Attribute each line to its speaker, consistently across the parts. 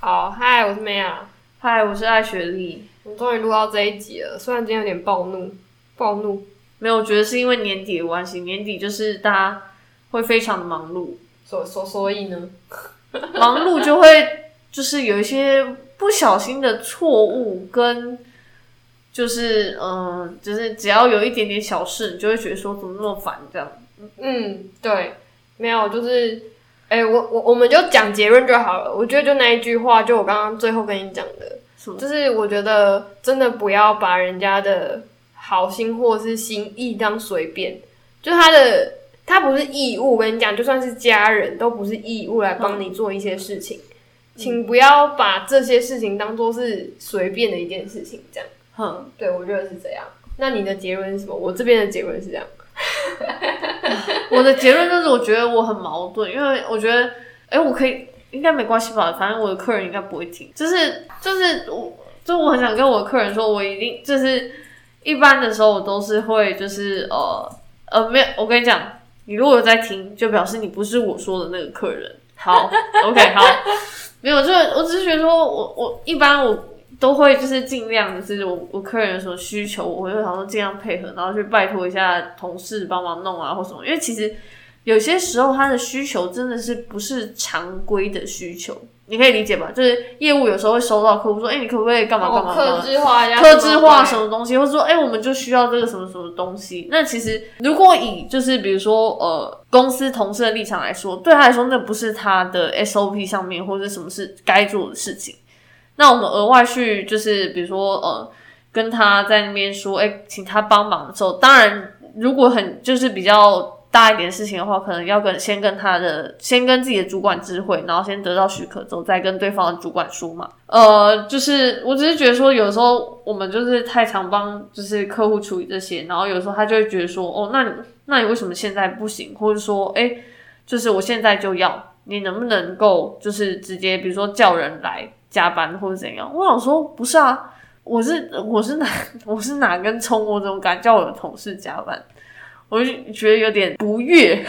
Speaker 1: 嗨，我是梅雅，
Speaker 2: 嗨，我是艾雪莉。
Speaker 1: 我们终于录到这一集了。虽然今天有点暴怒，暴怒，
Speaker 2: 没有，我觉得是因为年底的关系，年底就是大家会非常的忙碌，
Speaker 1: 所所所以呢，
Speaker 2: 忙碌就会就是有一些不小心的错误跟。就是嗯、呃就是只要有一点点小事，你就会觉得说怎么那么烦这样。
Speaker 1: 嗯，对，没有，就是，哎、我我我们就讲结论就好了。我觉得就那一句话，就我刚刚最后跟你讲的
Speaker 2: 什，
Speaker 1: 就是我觉得真的不要把人家的好心或是心意当随便，就他的他不是义务，我跟你讲，就算是家人都不是义务来帮你做一些事情，请不要把这些事情当做是随便的一件事情，这样。
Speaker 2: 哼，
Speaker 1: 对，我觉得是这样。那你的结论是什么？我这边的结论是这样。
Speaker 2: 我的结论就是我觉得我很矛盾，因为我觉得，哎、我可以应该没关系吧，反正我的客人应该不会听。就是就是我，就我很想跟我的客人说，我一定就是一般的时候我都是会就是呃呃没有，我跟你讲，你如果有在听，就表示你不是我说的那个客人。好，OK，好，没有，就是我只是觉得说我我一般我都会就是尽量就是我我客人有什么需求，我会想说尽量配合，然后去拜托一下同事帮忙弄啊或什么，因为其实有些时候他的需求真的是不是常规的需求，你可以理解吧？就是业务有时候会收到客户说，哎、你可不可以干嘛干嘛干嘛
Speaker 1: 哦克？制化呀，
Speaker 2: 克制化什么东西，或者说，哎、我们就需要这个什么什么东西。那其实，如果以就是比如说，呃，公司同事的立场来说，对他来说，那不是他的 SOP 上面或者什么是该做的事情。那我们额外去就是比如说，呃，跟他在那边说，哎、请他帮忙的时候，当然，如果很就是比较。大一点的事情的话，可能要跟先跟他的先跟自己的主管知会，然后先得到许可之后，再跟对方的主管说嘛。呃，就是我只是觉得说，有时候我们就是太常帮就是客户处理这些，然后有时候他就会觉得说，哦，那你那你为什么现在不行？或者说，哎、就是我现在就要，你能不能够就是直接比如说叫人来加班或者怎样？我想说，不是啊，我是我是哪 我是哪根葱？我怎么敢叫我的同事加班？我就觉得有点不悦，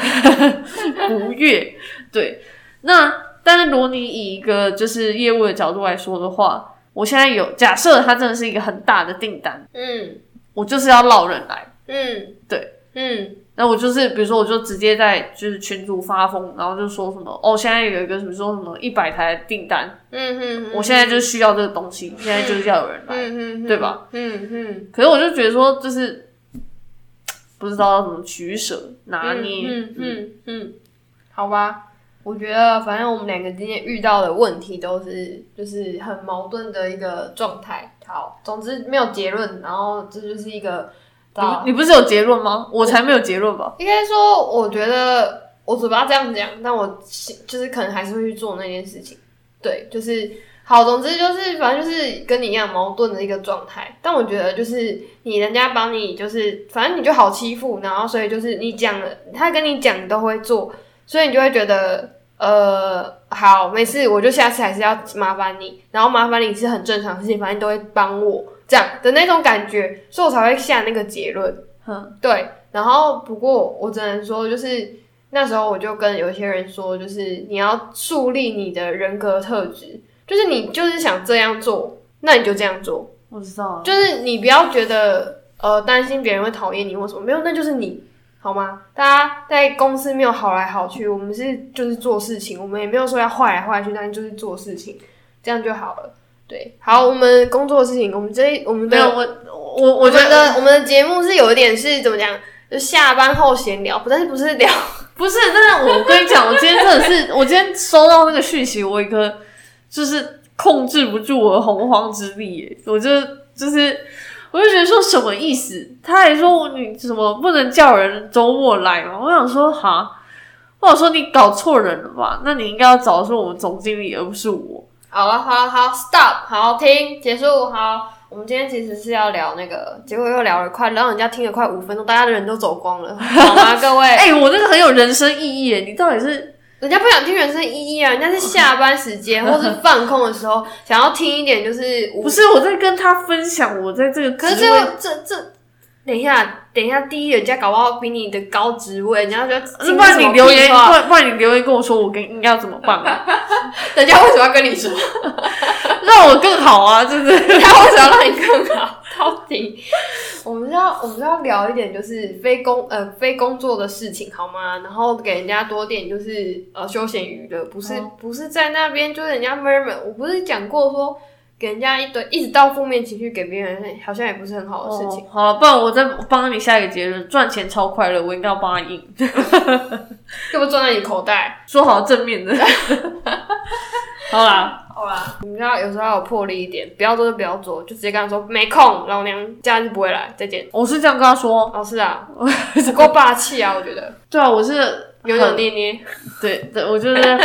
Speaker 2: 不悦。对，那但是如果你以一个就是业务的角度来说的话，我现在有假设它真的是一个很大的订单，
Speaker 1: 嗯
Speaker 2: 我就是要捞人来，
Speaker 1: 嗯，
Speaker 2: 对，
Speaker 1: 嗯
Speaker 2: 那我就是比如说我就直接在就是群主发疯，然后就说什么哦，现在有一个什么说什么一百台的订单，
Speaker 1: 嗯嗯，
Speaker 2: 我现在就需要这个东西，现在就是要有人来。
Speaker 1: 嗯嗯，
Speaker 2: 对吧？
Speaker 1: 嗯嗯，
Speaker 2: 可是我就觉得说，就是不知道要怎么取舍拿捏，
Speaker 1: 嗯嗯嗯，好吧。我觉得，反正我们两个今天遇到的问题都是，就是很矛盾的一个状态。好，总之没有结论，然后这就是一个
Speaker 2: 你不你不是有结论吗？我才没有结论吧？
Speaker 1: 应该说，我觉得我嘴巴这样讲，但我心就是可能还是会去做那件事情。对，就是好，总之就是反正就是跟你一样矛盾的一个状态。但我觉得就是你人家帮你，就是反正你就好欺负，然后所以就是你讲了，他跟你讲你都会做，所以你就会觉得。呃，好，没事，我就下次还是要麻烦你，然后麻烦你是很正常的事情，反正你都会帮我这样的那种感觉，所以我才会下那个结论。
Speaker 2: 哼，
Speaker 1: 对，然后不过我只能说，就是那时候我就跟有一些人说，就是你要树立你的人格特质，就是你就是想这样做，那你就这样做，
Speaker 2: 我知道啊，
Speaker 1: 就是你不要觉得呃担心别人会讨厌你或什么，没有，那就是你。好吗？大家在公司没有好来好去，我们是就是做事情，我们也没有说要坏来坏去，但是就是做事情，这样就好了。对，好，我们工作的事情，我们这一我们的
Speaker 2: 没有我我我
Speaker 1: 我
Speaker 2: 我
Speaker 1: 觉
Speaker 2: 觉
Speaker 1: 得
Speaker 2: 得
Speaker 1: 我们的节目是有一点是怎么讲，就下班后闲聊，但是不是聊，
Speaker 2: 不是，但是我跟你讲，我今天真的是， 我今天收到那个讯息，我一个就是控制不住我的洪荒之力耶，我就就是。我就觉得说什么意思？他还说你什么不能叫人周末来嘛？我想说哈，我想说你搞错人了吧？那你应该要找的是我们总经理，而不是我。
Speaker 1: 好了好了好，stop，好停，结束，好。我们今天其实是要聊那个，结果又聊了快，让人家听了快五分钟，大家的人都走光了，好吗，各位？
Speaker 2: 哎、我那个很有人生意义耶！你到底是
Speaker 1: 人家不想听人生意义啊，人家是下班时间或是放空的时候，想要听一点就是无
Speaker 2: 不是我在跟他分享我在这个职
Speaker 1: 可是
Speaker 2: 位
Speaker 1: 这这这，等一下，等一下，第一，人家搞不好比你的高职位，人家觉得
Speaker 2: 不然你留
Speaker 1: 听
Speaker 2: 言，
Speaker 1: 什
Speaker 2: 不
Speaker 1: 么屁话
Speaker 2: 然不然你留言跟我说我跟应该要怎么办、啊？
Speaker 1: 人家为什么要跟你说？
Speaker 2: 让我更好啊， 就是
Speaker 1: 他为什么要让你更好？到底我们是要我们是要聊一点就是非工呃非工作的事情好吗？然后给人家多点就是呃休闲娱乐，不是、
Speaker 2: 哦
Speaker 1: 不是在那边就是人家 murmur，我不是讲过说给人家一堆一直到负面情绪给别人，好像也不是很好的事情。
Speaker 2: 哦好了，不然我再帮你下一个结论，赚钱超快乐，我应该要帮他印，
Speaker 1: 要不装在你口袋？
Speaker 2: 说好正 面的。好啊啦，
Speaker 1: 好啦，你知道有时候要有魄力一点，不要做就不要做，就直接跟他说没空，老娘假日不会来，再见。
Speaker 2: 我是这样跟他说，
Speaker 1: 哦，是啊， 不够霸气啊，我觉得
Speaker 2: 对啊，我是
Speaker 1: 有
Speaker 2: 很
Speaker 1: 点捏捏。
Speaker 2: 对对，我就是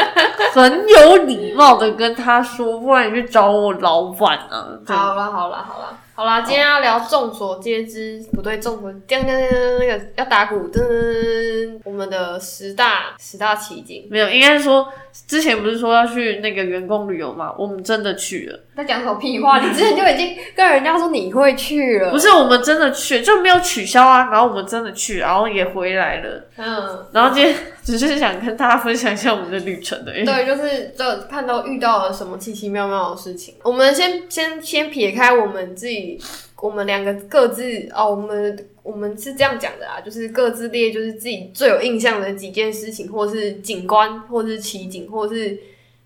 Speaker 2: 很有礼貌的跟他说，不然你去找我老板啊。对
Speaker 1: 好啦，好啦，好啦，好啦，今天要聊众所皆知，不对，众所噔噔噔噔那个要打鼓噔，我们的十大十大奇景
Speaker 2: 没有，应该是说之前不是说要去那个员工旅游嘛，我们真的去了，
Speaker 1: 在讲什么屁话？你之前就已经跟人家说你会去了，
Speaker 2: 不是我们真的去，就没有取消啊。然后我们真的去，然后也回来了。
Speaker 1: 嗯，
Speaker 2: 然后今天 只是想跟大家分享一下我们的旅程而已。
Speaker 1: 对，就是这看到遇到了什么奇奇妙妙的事情。我们先先先撇开我们自己，我们两个各自哦，我们我们是这样讲的啊，就是各自列就是自己最有印象的几件事情，或是景观，或是奇景，或是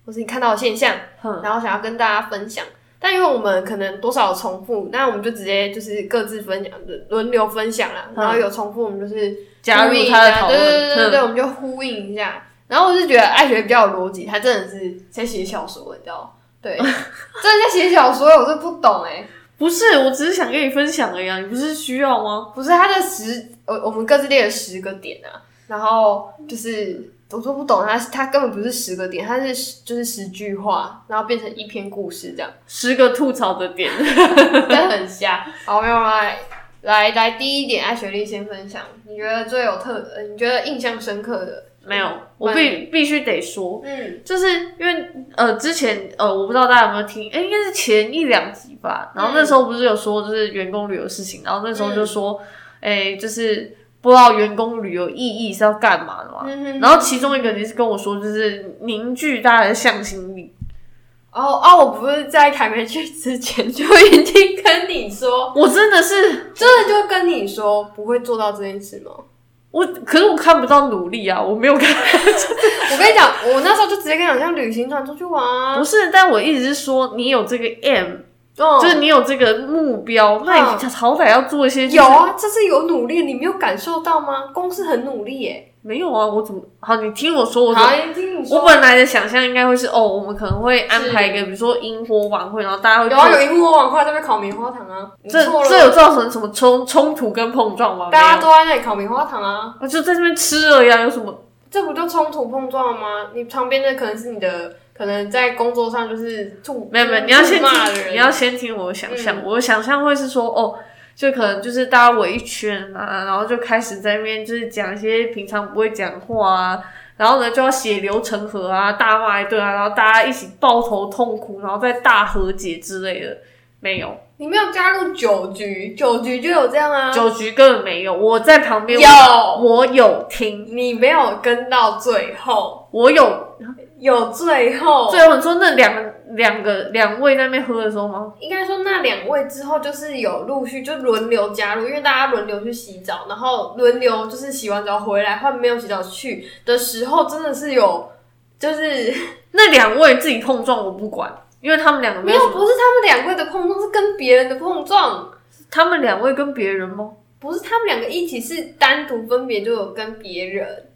Speaker 1: 或是你看到的现象，
Speaker 2: 哼
Speaker 1: 然后想要跟大家分享。但因为我们可能多少有重复，那我们就直接就是各自分享，轮轮流分享啦。
Speaker 2: 嗯
Speaker 1: 然后有重复，我们就是
Speaker 2: 加入他的讨论，
Speaker 1: 对对对对对，
Speaker 2: 哼
Speaker 1: 我们就呼应一下。然后我是觉得艾雪比较有逻辑，她真的是在写小说，你知道吗？ 对，真的在写小说，我是不懂哎、
Speaker 2: 不是，我只是想跟你分享而已啊，你不是需要吗？
Speaker 1: 不是他的十，我我们各自列了十个点啊，然后就是我说不懂，他他根本不是十个点，他是十就是十句话，然后变成一篇故事这样，
Speaker 2: 十个吐槽的点，
Speaker 1: 真的很瞎。好，没有来来来，第一点，艾雪莉先分享，你觉得最有特，呃，你觉得印象深刻的
Speaker 2: 没有，我必必须得说，
Speaker 1: 嗯
Speaker 2: 就是因为呃，之前呃，我不知道大家有没有听，诶应该是前一两集吧。然后那时候不是有说就是员工旅游的事情，然后那时候
Speaker 1: 嗯
Speaker 2: 就说，诶，就是不知道员工旅游意义是要干嘛的嘛。
Speaker 1: 嗯
Speaker 2: 然后其中一个你是跟我说，就是凝聚大家的向心力。
Speaker 1: 哦哦，我不是在还没去之前就已经跟你说，
Speaker 2: 我真的是
Speaker 1: 真的就跟你说不会做到这件事吗？
Speaker 2: 我，可是我看不到努力啊，我没有看，
Speaker 1: 我跟你讲，我那时候就直接跟你讲，像旅行团出去玩啊
Speaker 2: 不，是。但我一直是说，你有这个 M，、
Speaker 1: 哦
Speaker 2: 就是你有这个目标，那你好歹要做一些、就是
Speaker 1: 有啊，这次有努力，你没有感受到吗？公司很努力耶、
Speaker 2: 没有啊？我怎么好？你听我说，我怎么
Speaker 1: 好，听你
Speaker 2: 我
Speaker 1: 说，
Speaker 2: 本来的想象应该会是哦，我们可能会安排一个，比如说萤火晚会，然后大家会
Speaker 1: 有啊，
Speaker 2: 各
Speaker 1: 有萤火晚会在那边烤棉花糖啊，你
Speaker 2: 这
Speaker 1: 错
Speaker 2: 这
Speaker 1: 了，
Speaker 2: 有造成什么冲冲突跟碰撞吗？
Speaker 1: 大家都在那里烤棉花糖啊，
Speaker 2: 没有，就在这边吃了呀，有什么？
Speaker 1: 这不就冲突碰撞了吗？你旁边的可能是你的，可能在工作上就是吐，
Speaker 2: 没有没有，你要先
Speaker 1: 吐骂的
Speaker 2: 听，
Speaker 1: 人，嗯
Speaker 2: 你要先听我的想象。我的想象会是说哦。就可能就是大家围一圈啊，然后就开始在那边就是讲一些平常不会讲话啊，然后呢就要血流成河啊，大骂一顿啊，然后大家一起抱头痛哭，然后再大和解之类的，没有，
Speaker 1: 你没有加入酒局，酒局就有这样啊，
Speaker 2: 酒局根本没有，我在旁边我
Speaker 1: 有，
Speaker 2: 我有听，
Speaker 1: 你没有跟到最后，
Speaker 2: 我有。
Speaker 1: 有最后，
Speaker 2: 最后你说那两个两个两位在那边喝的时候吗？
Speaker 1: 应该说那两位之后就是有陆续就轮流加入，因为大家轮流去洗澡，然后轮流就是洗完澡回来换没有洗澡去的时候，真的是有。就是
Speaker 2: 那两位自己碰撞我不管，因为他们两个
Speaker 1: 没
Speaker 2: 没有
Speaker 1: 有，
Speaker 2: 什
Speaker 1: 不
Speaker 2: 么。
Speaker 1: 是他们两位的碰撞，是跟别人的碰撞，
Speaker 2: 他们两位跟别人吗？
Speaker 1: 不是他们两个一起，是单独分别就有跟别人。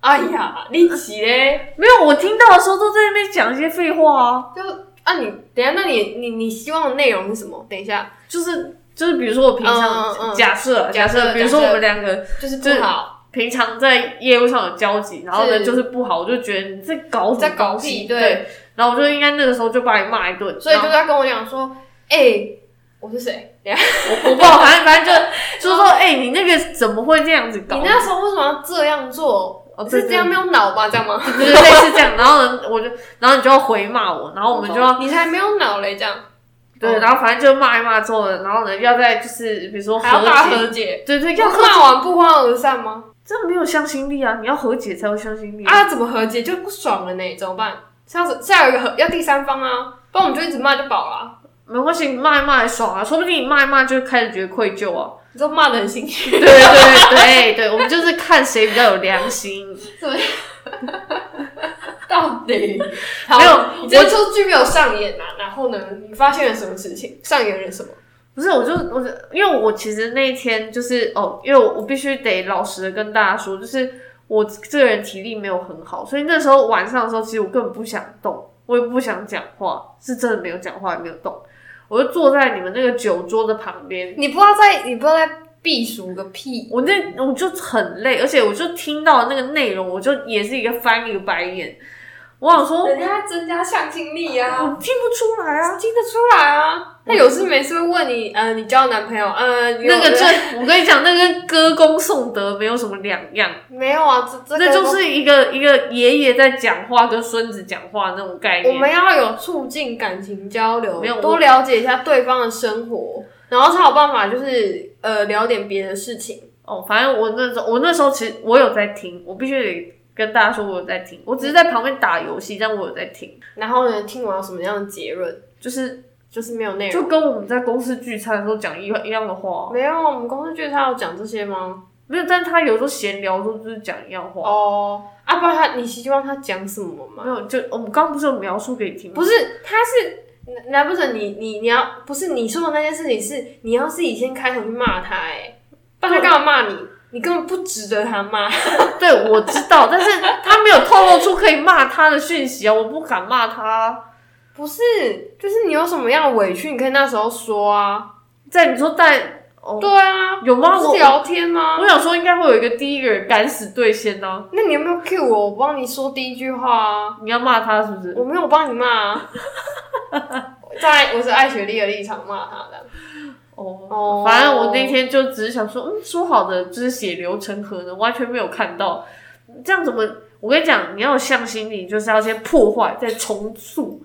Speaker 1: 哎呀，你起嘞！
Speaker 2: 没有，我听到的时候都在那边讲一些废话啊，
Speaker 1: 就啊你，等一下，那你你你希望的内容是什么？等一下，
Speaker 2: 就是就是比如说我平常、
Speaker 1: 嗯嗯嗯
Speaker 2: 假设
Speaker 1: 假设
Speaker 2: 比如说
Speaker 1: 假设
Speaker 2: 我们两个
Speaker 1: 就是不
Speaker 2: 就是
Speaker 1: 好，
Speaker 2: 平常在业务上有交集，然后呢
Speaker 1: 是
Speaker 2: 就是不好，我就觉得你在搞什么
Speaker 1: 在搞
Speaker 2: 东西
Speaker 1: 屁
Speaker 2: 对，
Speaker 1: 对
Speaker 2: 然后我就应该那个时候就把你骂一顿，
Speaker 1: 所以
Speaker 2: 然
Speaker 1: 就
Speaker 2: 后
Speaker 1: 是要跟我讲说，哎、我是谁？等一下。
Speaker 2: 我我不好，反正反正就就是说，哎、你那个怎么会这样子搞？
Speaker 1: 哦你那时候为什么要这样做？
Speaker 2: 哦对
Speaker 1: 是这样没有脑吧？这样吗？
Speaker 2: 就是类似这样，然后呢，我就，然后你就要回骂我，然后我们就要
Speaker 1: 你才没有脑嘞，这样哦
Speaker 2: 对，然后反正就骂一骂之后呢，然后呢要再就是比如说
Speaker 1: 还要大
Speaker 2: 解，
Speaker 1: 和解，
Speaker 2: 对对，
Speaker 1: 要
Speaker 2: 要和
Speaker 1: 骂完不欢而散吗？
Speaker 2: 这没有向心力啊，你要和
Speaker 1: 嗯
Speaker 2: 解才有向心力啊。
Speaker 1: 啊，怎么和解就不爽了呢？怎么办？下次下有一个和要第三方啊，不然我们就一直骂就饱了。啊
Speaker 2: 没关系，骂一骂也爽啊，说不定你骂一骂就开始觉得愧疚啊。
Speaker 1: 你知道骂的很心
Speaker 2: 对
Speaker 1: 虚，
Speaker 2: 对对对对，我们就是看谁比较有良心。
Speaker 1: 到底
Speaker 2: 没有
Speaker 1: 好，你这出剧没有上演啊？然后呢，你发现了什么事情？上演了什么？
Speaker 2: 不是，我就我就因为我其实那一天就是哦，因为我我必须得老实的跟大家说，就是我这个人体力没有很好，所以那时候晚上的时候，其实我根本不想动，我也不想讲话，是真的没有讲话，也没有动，我就坐在你们那个酒桌的旁边，
Speaker 1: 你不知道在，你不知道在避暑个屁！
Speaker 2: 我那我就很累，而且我就听到那个内容，我就也是一个翻一个白眼，我想说，
Speaker 1: 人家增加向心力
Speaker 2: 我
Speaker 1: 啊，
Speaker 2: 听不出来啊。
Speaker 1: 听得出来啊。他有事没事会问你，呃，你交男朋友，呃，你有
Speaker 2: 那个这，我跟你讲，那跟歌功颂德没有什么两样。
Speaker 1: 没有啊，这这个
Speaker 2: 那就是一个一个爷爷在讲话跟孙子讲话那种概
Speaker 1: 我
Speaker 2: 念。
Speaker 1: 们要有促进感情交流，
Speaker 2: 没有我
Speaker 1: 多了解一下对方的生活，然后才有办法就是呃聊点别的事情。
Speaker 2: 哦，反正我那时候我那时候其实我有在听，我必须得跟大家说我有在听，我只是在旁边打游戏，但我有在听，
Speaker 1: 然后呢，听完有什么样的结论？
Speaker 2: 就是
Speaker 1: 就是没有内容。
Speaker 2: 就跟我们在公司聚餐的时候讲一样一样的话，
Speaker 1: 没有，我们公司觉得他有讲这些吗？
Speaker 2: 没有，但他有时候闲聊的时候就是讲一样话，
Speaker 1: 哦，啊，不然他你希望他讲什么吗？
Speaker 2: 没有就我们刚刚不是有描述给你听吗？
Speaker 1: 不是，他是难难不成你你你要不是你说的那件事情是你要自己先开头去骂他、欸，哎，不然他干嘛骂你？你根本不值得他骂。
Speaker 2: 对，我知道，但是他没有透露出可以骂他的讯息啊，我不敢骂他啊。
Speaker 1: 不是，就是你有什么样的委屈，你可以那时候说啊。
Speaker 2: 在你说在哦，
Speaker 1: 对啊，
Speaker 2: 有吗？
Speaker 1: 不
Speaker 2: 我
Speaker 1: 是聊天啊吗？
Speaker 2: 我想说，应该会有一个第一个人敢死队先呢、
Speaker 1: 那你有没有 cue 我？我帮你说第一句话啊，
Speaker 2: 你要骂他是不是？
Speaker 1: 我没有帮你骂 啊。在我是爱学历的立场骂他的，
Speaker 2: 哦，
Speaker 1: 哦
Speaker 2: 反正我那天就只是想说，嗯，说好的就是血流成河呢，完全没有看到，这样怎么？我跟你讲，你要有向心力，就是要先破坏，再重塑。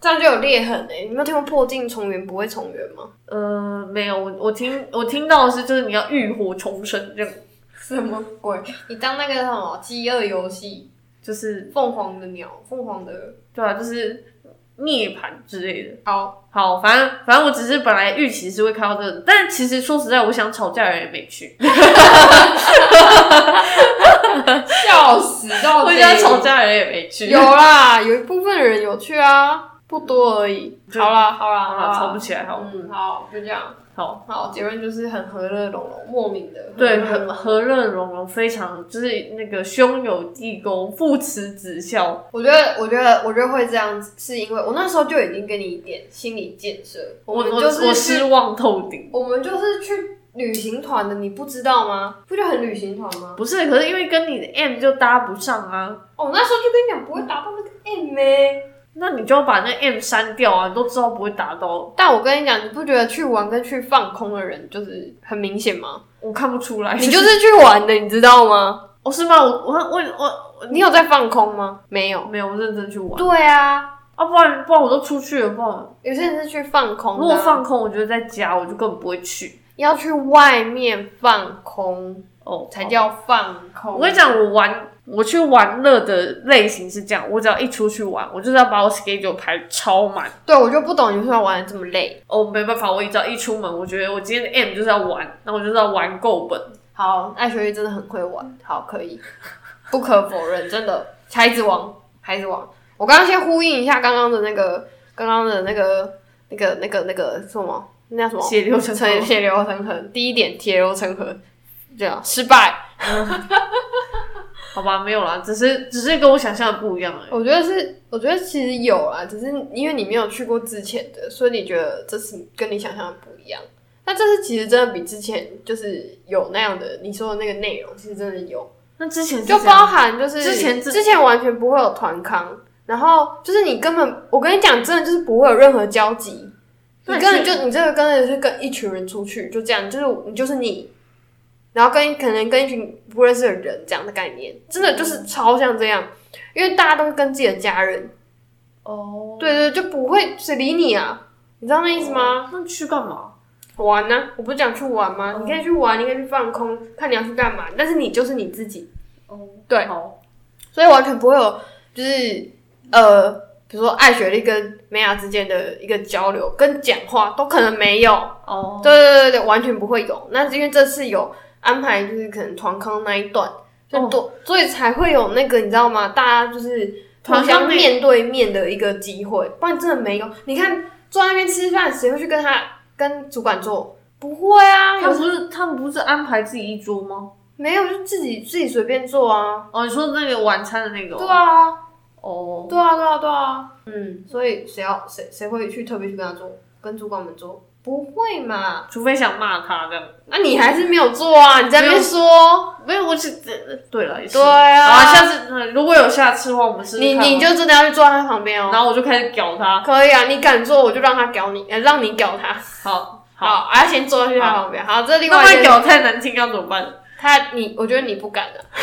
Speaker 1: 这样就有裂痕哎、你没有听过破镜重圆不会重圆吗？
Speaker 2: 呃，没有，我我听我听到的是，就是你要浴火重生，这样
Speaker 1: 什么鬼？你当那个什么饥饿游戏，
Speaker 2: 就是
Speaker 1: 凤凰的鸟，凤凰的
Speaker 2: 对啊，就是涅槃之类的。
Speaker 1: 好，
Speaker 2: 好，反正反正我只是本来预期是会看到这个，但其实说实在，我想吵架的人也没去。
Speaker 1: 笑死到
Speaker 2: 我想吵架的人也没去。
Speaker 1: 有啊啦，有一部分人有去啊，不多而已。好啦，好啦，
Speaker 2: 好
Speaker 1: 好
Speaker 2: 啦
Speaker 1: 啦，
Speaker 2: 吵不起来好
Speaker 1: 嗯，好，就这样。
Speaker 2: 好，
Speaker 1: 好，结论就是很和乐融融，莫名的。
Speaker 2: 对，
Speaker 1: 和乐融
Speaker 2: 和
Speaker 1: 融
Speaker 2: 和乐融融，非常就是那个兄友弟恭，父慈子孝。
Speaker 1: 我觉得，我觉得，我觉得会这样子，是因为我那时候就已经给你一点心理建设。
Speaker 2: 我
Speaker 1: 们
Speaker 2: 我
Speaker 1: 就是
Speaker 2: 我
Speaker 1: 去
Speaker 2: 失望透顶。
Speaker 1: 我们就是去旅行团的，你不知道吗？不就很旅行团吗？
Speaker 2: 不是，可是因为跟你的 M 就搭不上啊，
Speaker 1: 哦，那时候就跟你讲不会达到那个欸 M 呗、
Speaker 2: 那你就要把那 M 删掉啊，你都知道不会达到，
Speaker 1: 但我跟你讲，你不觉得去玩跟去放空的人就是很明显 吗？
Speaker 2: 我看不出来。
Speaker 1: 你就是去玩的，你知道吗？
Speaker 2: 哦是吗？我我我我
Speaker 1: 你有在放空吗？没有。
Speaker 2: 没有认真去玩
Speaker 1: 对啊，
Speaker 2: 啊，不然不然我都出去了，不然
Speaker 1: 有些人是去放空、啊，
Speaker 2: 如果放空，我觉得在家我就根本不会去
Speaker 1: 要去外面放空
Speaker 2: 哦，
Speaker 1: 才叫放空。
Speaker 2: 我跟你讲，我玩我去玩乐的类型是这样，我只要一出去玩，我就是要把我 schedule 排超满。
Speaker 1: 对我就不懂你为什么玩的这么累。
Speaker 2: 哦，没办法，我只要一出门，我觉得我今天的 M 就是要玩，那我就是要玩够本。
Speaker 1: 好，爱学玉真的很会玩，好，可以，不可否认，真的孩子王，孩子王。我刚刚先呼应一下刚刚的那个，刚刚的那个，那个，那个，那个什么，那叫什么？
Speaker 2: 血流成河
Speaker 1: 成血流成河。第一点，铁流成河，这样失败。
Speaker 2: 好吧，没有啦，只是只是跟我想象的不一样而已。
Speaker 1: 我觉得是，我觉得其实有啦，只是因为你没有去过之前的，所以你觉得这次跟你想象的不一样。那这次其实真的比之前就是有那样的你说的那个内容，其实真的有。
Speaker 2: 那之前是
Speaker 1: 就
Speaker 2: 这样
Speaker 1: 包含就是
Speaker 2: 之前
Speaker 1: 之前完全不会有团康，然后就是你根本，我跟你讲，真的就是不会有任何交集。
Speaker 2: 对
Speaker 1: 你根本就你这个真的是跟一群人出去，就这样，就是你就是你，然后跟可能跟一群不认识的人这样的概念，真的就是超像这样，因为大家都是跟自己的家人，
Speaker 2: 哦，
Speaker 1: 对对，就不会谁理你啊，你知道那意思吗？
Speaker 2: 那去干嘛？
Speaker 1: 玩呢、我不是讲去玩吗？你可以去玩，你可以去放空，看你要去干嘛，但是你就是你自己。
Speaker 2: 哦，
Speaker 1: 对
Speaker 2: 好，
Speaker 1: 所以完全不会有就是呃比如说艾雪莉跟梅雅之间的一个交流跟讲话都可能没有，
Speaker 2: 哦，
Speaker 1: 对对对对，完全不会有。那是因为这次有安排，就是可能团康那一段，就多，
Speaker 2: 哦
Speaker 1: 所以才会有那个，你知道吗？大家就是互
Speaker 2: 团康
Speaker 1: 相
Speaker 2: 那
Speaker 1: 面对面的一个机会，不然真的没有。你看坐在那边吃饭，谁会去跟他跟主管坐？不会啊，
Speaker 2: 他
Speaker 1: 有
Speaker 2: 们不是他们不是安排自己一桌吗？
Speaker 1: 没有就自己自己随便坐啊。
Speaker 2: 哦，你说那个晚餐的那个哦？
Speaker 1: 对啊，
Speaker 2: 哦，
Speaker 1: 对啊，对啊，对啊。嗯，所以谁要谁谁会去特别去跟他坐，跟主管们坐？不会嘛？
Speaker 2: 除非想骂他这样。
Speaker 1: 那、你还是没有做啊？你在那
Speaker 2: 没
Speaker 1: 边
Speaker 2: 有
Speaker 1: 说。
Speaker 2: 哦没有，我只呃对了，也是
Speaker 1: 对啊
Speaker 2: 好下次嗯如果有下次的话，我们是
Speaker 1: 你你就真的要去坐在他旁边哦。
Speaker 2: 然后我就开始屌他。
Speaker 1: 可以啊，你敢坐我就让他屌你，呃，让你屌他。
Speaker 2: 好，好，
Speaker 1: 好，啊，先坐去他旁边。好，这另
Speaker 2: 那
Speaker 1: 外
Speaker 2: 万
Speaker 1: 一
Speaker 2: 一
Speaker 1: 个
Speaker 2: 屌太难听要怎么办？
Speaker 1: 他，你我觉得你不敢啊的。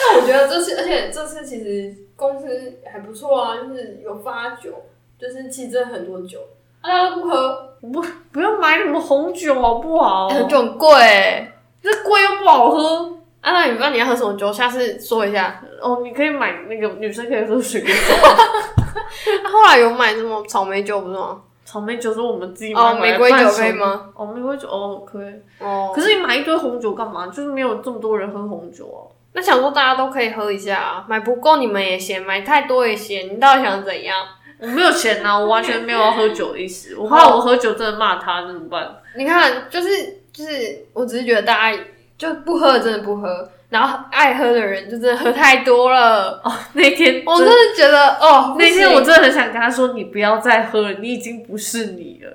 Speaker 1: 那我觉得这次，而且这次其实公司还不错啊，就是有发酒，就是其实真的很多酒，哦大家啊都不喝，
Speaker 2: 不，不要买什么红酒好不好？
Speaker 1: 酒很贵、欸。
Speaker 2: 这 贵又不好喝。
Speaker 1: 啊，那你不知道你要喝什么酒，下次说一下。
Speaker 2: 哦，你可以买那个女生可以喝水果酒，
Speaker 1: 他、啊后来有买什么草莓酒不是吗？
Speaker 2: 草莓酒是我们自己买
Speaker 1: 哦，
Speaker 2: 回来
Speaker 1: 玫瑰酒
Speaker 2: 伴手
Speaker 1: 可以
Speaker 2: 礼？
Speaker 1: 吗？
Speaker 2: 哦，玫瑰酒哦可以。
Speaker 1: 哦，
Speaker 2: 可是你买一堆红酒干嘛？就是没有这么多人喝红酒哦、
Speaker 1: 那想说大家都可以喝一下啊，买不够你们也嫌，买太多也嫌，你到底想怎样？
Speaker 2: 我没有钱呐、我完全没有要喝酒的意思。我怕我喝酒真的骂他，那怎么办？
Speaker 1: 你看，就是就是，我只是觉得大家就不喝的真的不喝，然后爱喝的人就真的喝太多了。
Speaker 2: 那天
Speaker 1: 我
Speaker 2: 真
Speaker 1: 真
Speaker 2: 的
Speaker 1: 的觉得哦，
Speaker 2: 那
Speaker 1: 些
Speaker 2: 天我真的很想跟他说，你不要再喝了，你已经不是你了。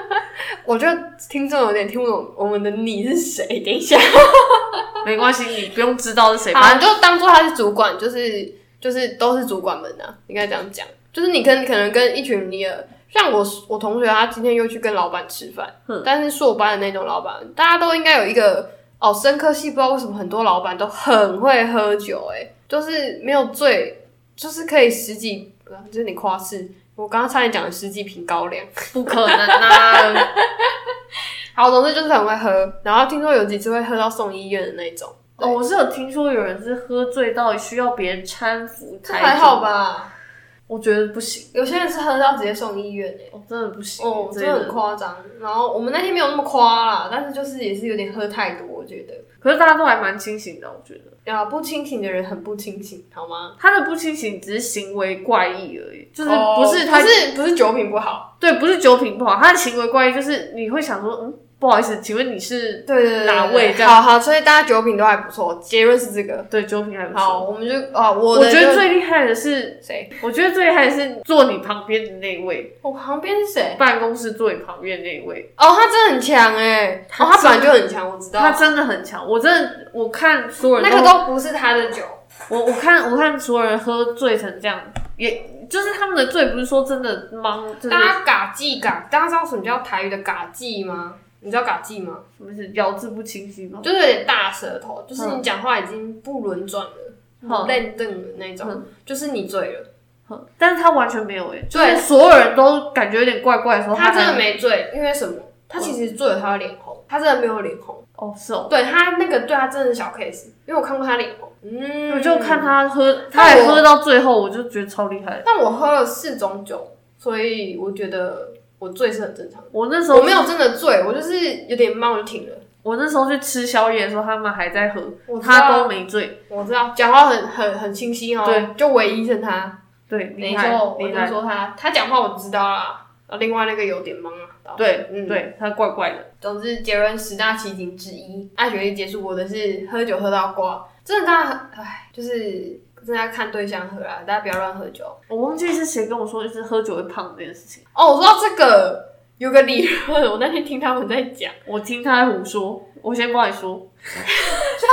Speaker 1: 我觉得听众有点听不懂我们的你是谁。等一下，
Speaker 2: 没关系，你不用知道是谁，
Speaker 1: 好，
Speaker 2: 反
Speaker 1: 你就当做他是主管，就是就是都是主管们啊，应该这样讲。就是你跟可能跟一群你的，像我我同学，他今天又去跟老板吃饭
Speaker 2: 嗯，
Speaker 1: 但是硕班的那种老板，大家都应该有一个哦，深科系不知道为什么很多老板都很会喝酒、欸，就是没有醉，就是可以十几，不是就是你夸饰。我刚刚差点讲了十几瓶高粱，
Speaker 2: 正不可能啊。
Speaker 1: 好，总之就是很会喝，然后听说有几次会喝到送医院的那种，
Speaker 2: 哦，我是有听说有人是喝醉到需要别人搀扶
Speaker 1: 这
Speaker 2: 才
Speaker 1: 还好
Speaker 2: 走？
Speaker 1: 吧？
Speaker 2: 我觉得不行，
Speaker 1: 有些人是喝到直接送医院、欸，
Speaker 2: 我真的不行，
Speaker 1: 哦，
Speaker 2: 真
Speaker 1: 真的很
Speaker 2: 的。
Speaker 1: 夸张。然后我们那天没有那么夸啦，但是就是也是有点喝太多，我觉得。
Speaker 2: 可是大家都还蛮清醒的，我觉得
Speaker 1: 啊，不清醒的人很不清醒，好吗？
Speaker 2: 他的不清醒只是行为怪异而已，就
Speaker 1: 就是
Speaker 2: 不哦是他、
Speaker 1: 不是不是酒品不好，
Speaker 2: 对，不是酒品不好，他的行为怪异，就是你会想说，嗯，不好意思，请问你是
Speaker 1: 对对对对
Speaker 2: 哪位这
Speaker 1: 对
Speaker 2: 样
Speaker 1: 好好，所以大家酒品都还不错，结论是这个。
Speaker 2: 呃对酒品还不
Speaker 1: 好，
Speaker 2: 错？
Speaker 1: 我们就啊，我
Speaker 2: 我
Speaker 1: 的
Speaker 2: 觉得
Speaker 1: 就
Speaker 2: 最厉害的是，
Speaker 1: 谁？
Speaker 2: 我觉得最厉害的是坐你旁边的那一位，
Speaker 1: 我哦旁边是谁？
Speaker 2: 办公室坐你旁边的那一位，
Speaker 1: 哦，他真的很强哎，哦，他本来就很强，我知道。
Speaker 2: 他真的很强。我真的，我看所有人
Speaker 1: 那
Speaker 2: 都，
Speaker 1: 个都不是他的酒，
Speaker 2: 我我看我看所有人喝醉成这样，也就是他们的醉，不是说真的懵，就是
Speaker 1: 大家嘎记嘎，大家知道什么叫台语的嘎记吗？你知道嘎记吗？
Speaker 2: 什么是咬字不清晰吗？
Speaker 1: 就是有点大舌头，就是你讲话已经不轮转了，
Speaker 2: 嗯
Speaker 1: 愣愣的那种
Speaker 2: 嗯，
Speaker 1: 就是你醉了。
Speaker 2: 哼 但是他完全没有诶、欸就是
Speaker 1: 对
Speaker 2: 所有人都感觉有点怪啊怪的时候，
Speaker 1: 他
Speaker 2: 他
Speaker 1: 真的
Speaker 2: 才
Speaker 1: 没醉，因为什么？他其实醉了，他会脸红，他真的没有脸红。
Speaker 2: 哦是哦，
Speaker 1: 对他那个对他真的是小 case，因为我看过他脸红。嗯
Speaker 2: 我就看，他喝，
Speaker 1: 那
Speaker 2: 他也
Speaker 1: 我
Speaker 2: 喝到最后，我就觉得超厉害。
Speaker 1: 但我喝了四种酒，所以我觉得我醉是很正常的。
Speaker 2: 我那时候
Speaker 1: 我没有真的醉，我就是有点冒就停了。
Speaker 2: 我那时候去吃宵夜的时候，他们还在喝，
Speaker 1: 我知道
Speaker 2: 他都没醉。
Speaker 1: 我知道，讲话很很很清晰哦。
Speaker 2: 对，
Speaker 1: 就唯一是他。
Speaker 2: 对，
Speaker 1: 没
Speaker 2: 厉害
Speaker 1: 错，，我
Speaker 2: 厉
Speaker 1: 就
Speaker 2: 害。
Speaker 1: 说他，他讲话我知道啦。啊，另外那个有点懵啊。到
Speaker 2: 对，
Speaker 1: 嗯
Speaker 2: 对，他怪怪的。
Speaker 1: 总之，结论十大奇景之一，爱学历结束，我的是喝酒喝到挂，真的大家，唉，就是真的要看对象喝啦，大家不要乱喝酒。
Speaker 2: 我忘记是谁跟我说，就是喝酒会胖这件事情。
Speaker 1: 哦，我说到这个，有个理论，我那天听他们在讲，
Speaker 2: 我听他胡说，我先帮你说。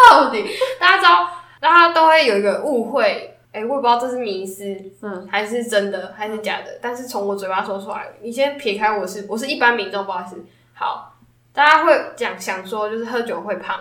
Speaker 1: 到底 大家知道，大家都会有一个误会，哎、我也不知道这是迷思，
Speaker 2: 嗯，
Speaker 1: 还是真的还是假的，但是从我嘴巴说出来，你先撇开我是我是一般民众，不好意思。好，大家会讲想说就是喝酒会胖，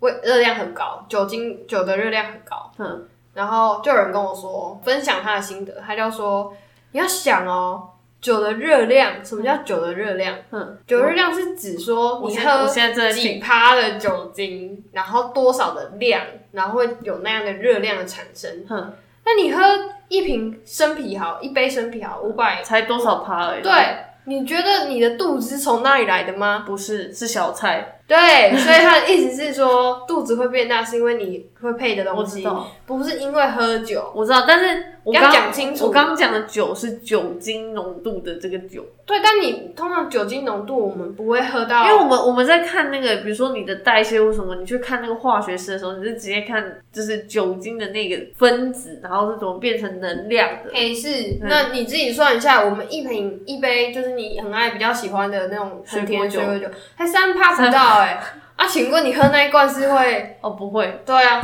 Speaker 1: 胃热量很高，酒精酒的热量很高。
Speaker 2: 嗯，
Speaker 1: 然后就有人跟我说分享他的心得，他就说你要想哦，酒的热量，什么叫酒的热量？
Speaker 2: 嗯，
Speaker 1: 酒的热量是指说哦
Speaker 2: 我
Speaker 1: 你
Speaker 2: 现在我
Speaker 1: 喝
Speaker 2: 现在正在
Speaker 1: 几
Speaker 2: 听，
Speaker 1: 趴的酒精，然后多少的量，然后会有那样的热量的产生。
Speaker 2: 哼，
Speaker 1: 那你喝一瓶生啤好，一杯生啤好，五百，
Speaker 2: 才多少趴而已。
Speaker 1: 对，啊你觉得你的肚子是从那里来的吗？
Speaker 2: 不是是小菜，
Speaker 1: 对，所以他的意思是说，肚子会变大是因为你会配的
Speaker 2: 我
Speaker 1: 东
Speaker 2: 知
Speaker 1: 西，
Speaker 2: 道，
Speaker 1: 不是因为喝酒。
Speaker 2: 我知道，但是我
Speaker 1: 要
Speaker 2: 刚
Speaker 1: 讲清楚
Speaker 2: 我刚讲的酒是酒精浓度的这个酒，
Speaker 1: 对，但你通常酒精浓度我们不会喝到，
Speaker 2: 因为我们我们在看那个，比如说你的代谢或什么，你去看那个化学式的时候，你是直接看就是酒精的那个分子，然后是怎么变成能量的。
Speaker 1: 诶，是，那你自己算一下，我们一瓶一杯就是你很爱、比较喜欢的那种很甜的水
Speaker 2: 水
Speaker 1: 果酒，才三趴不到 哎、啊，请问你喝那一罐是会？
Speaker 2: 哦，不会
Speaker 1: 对啊，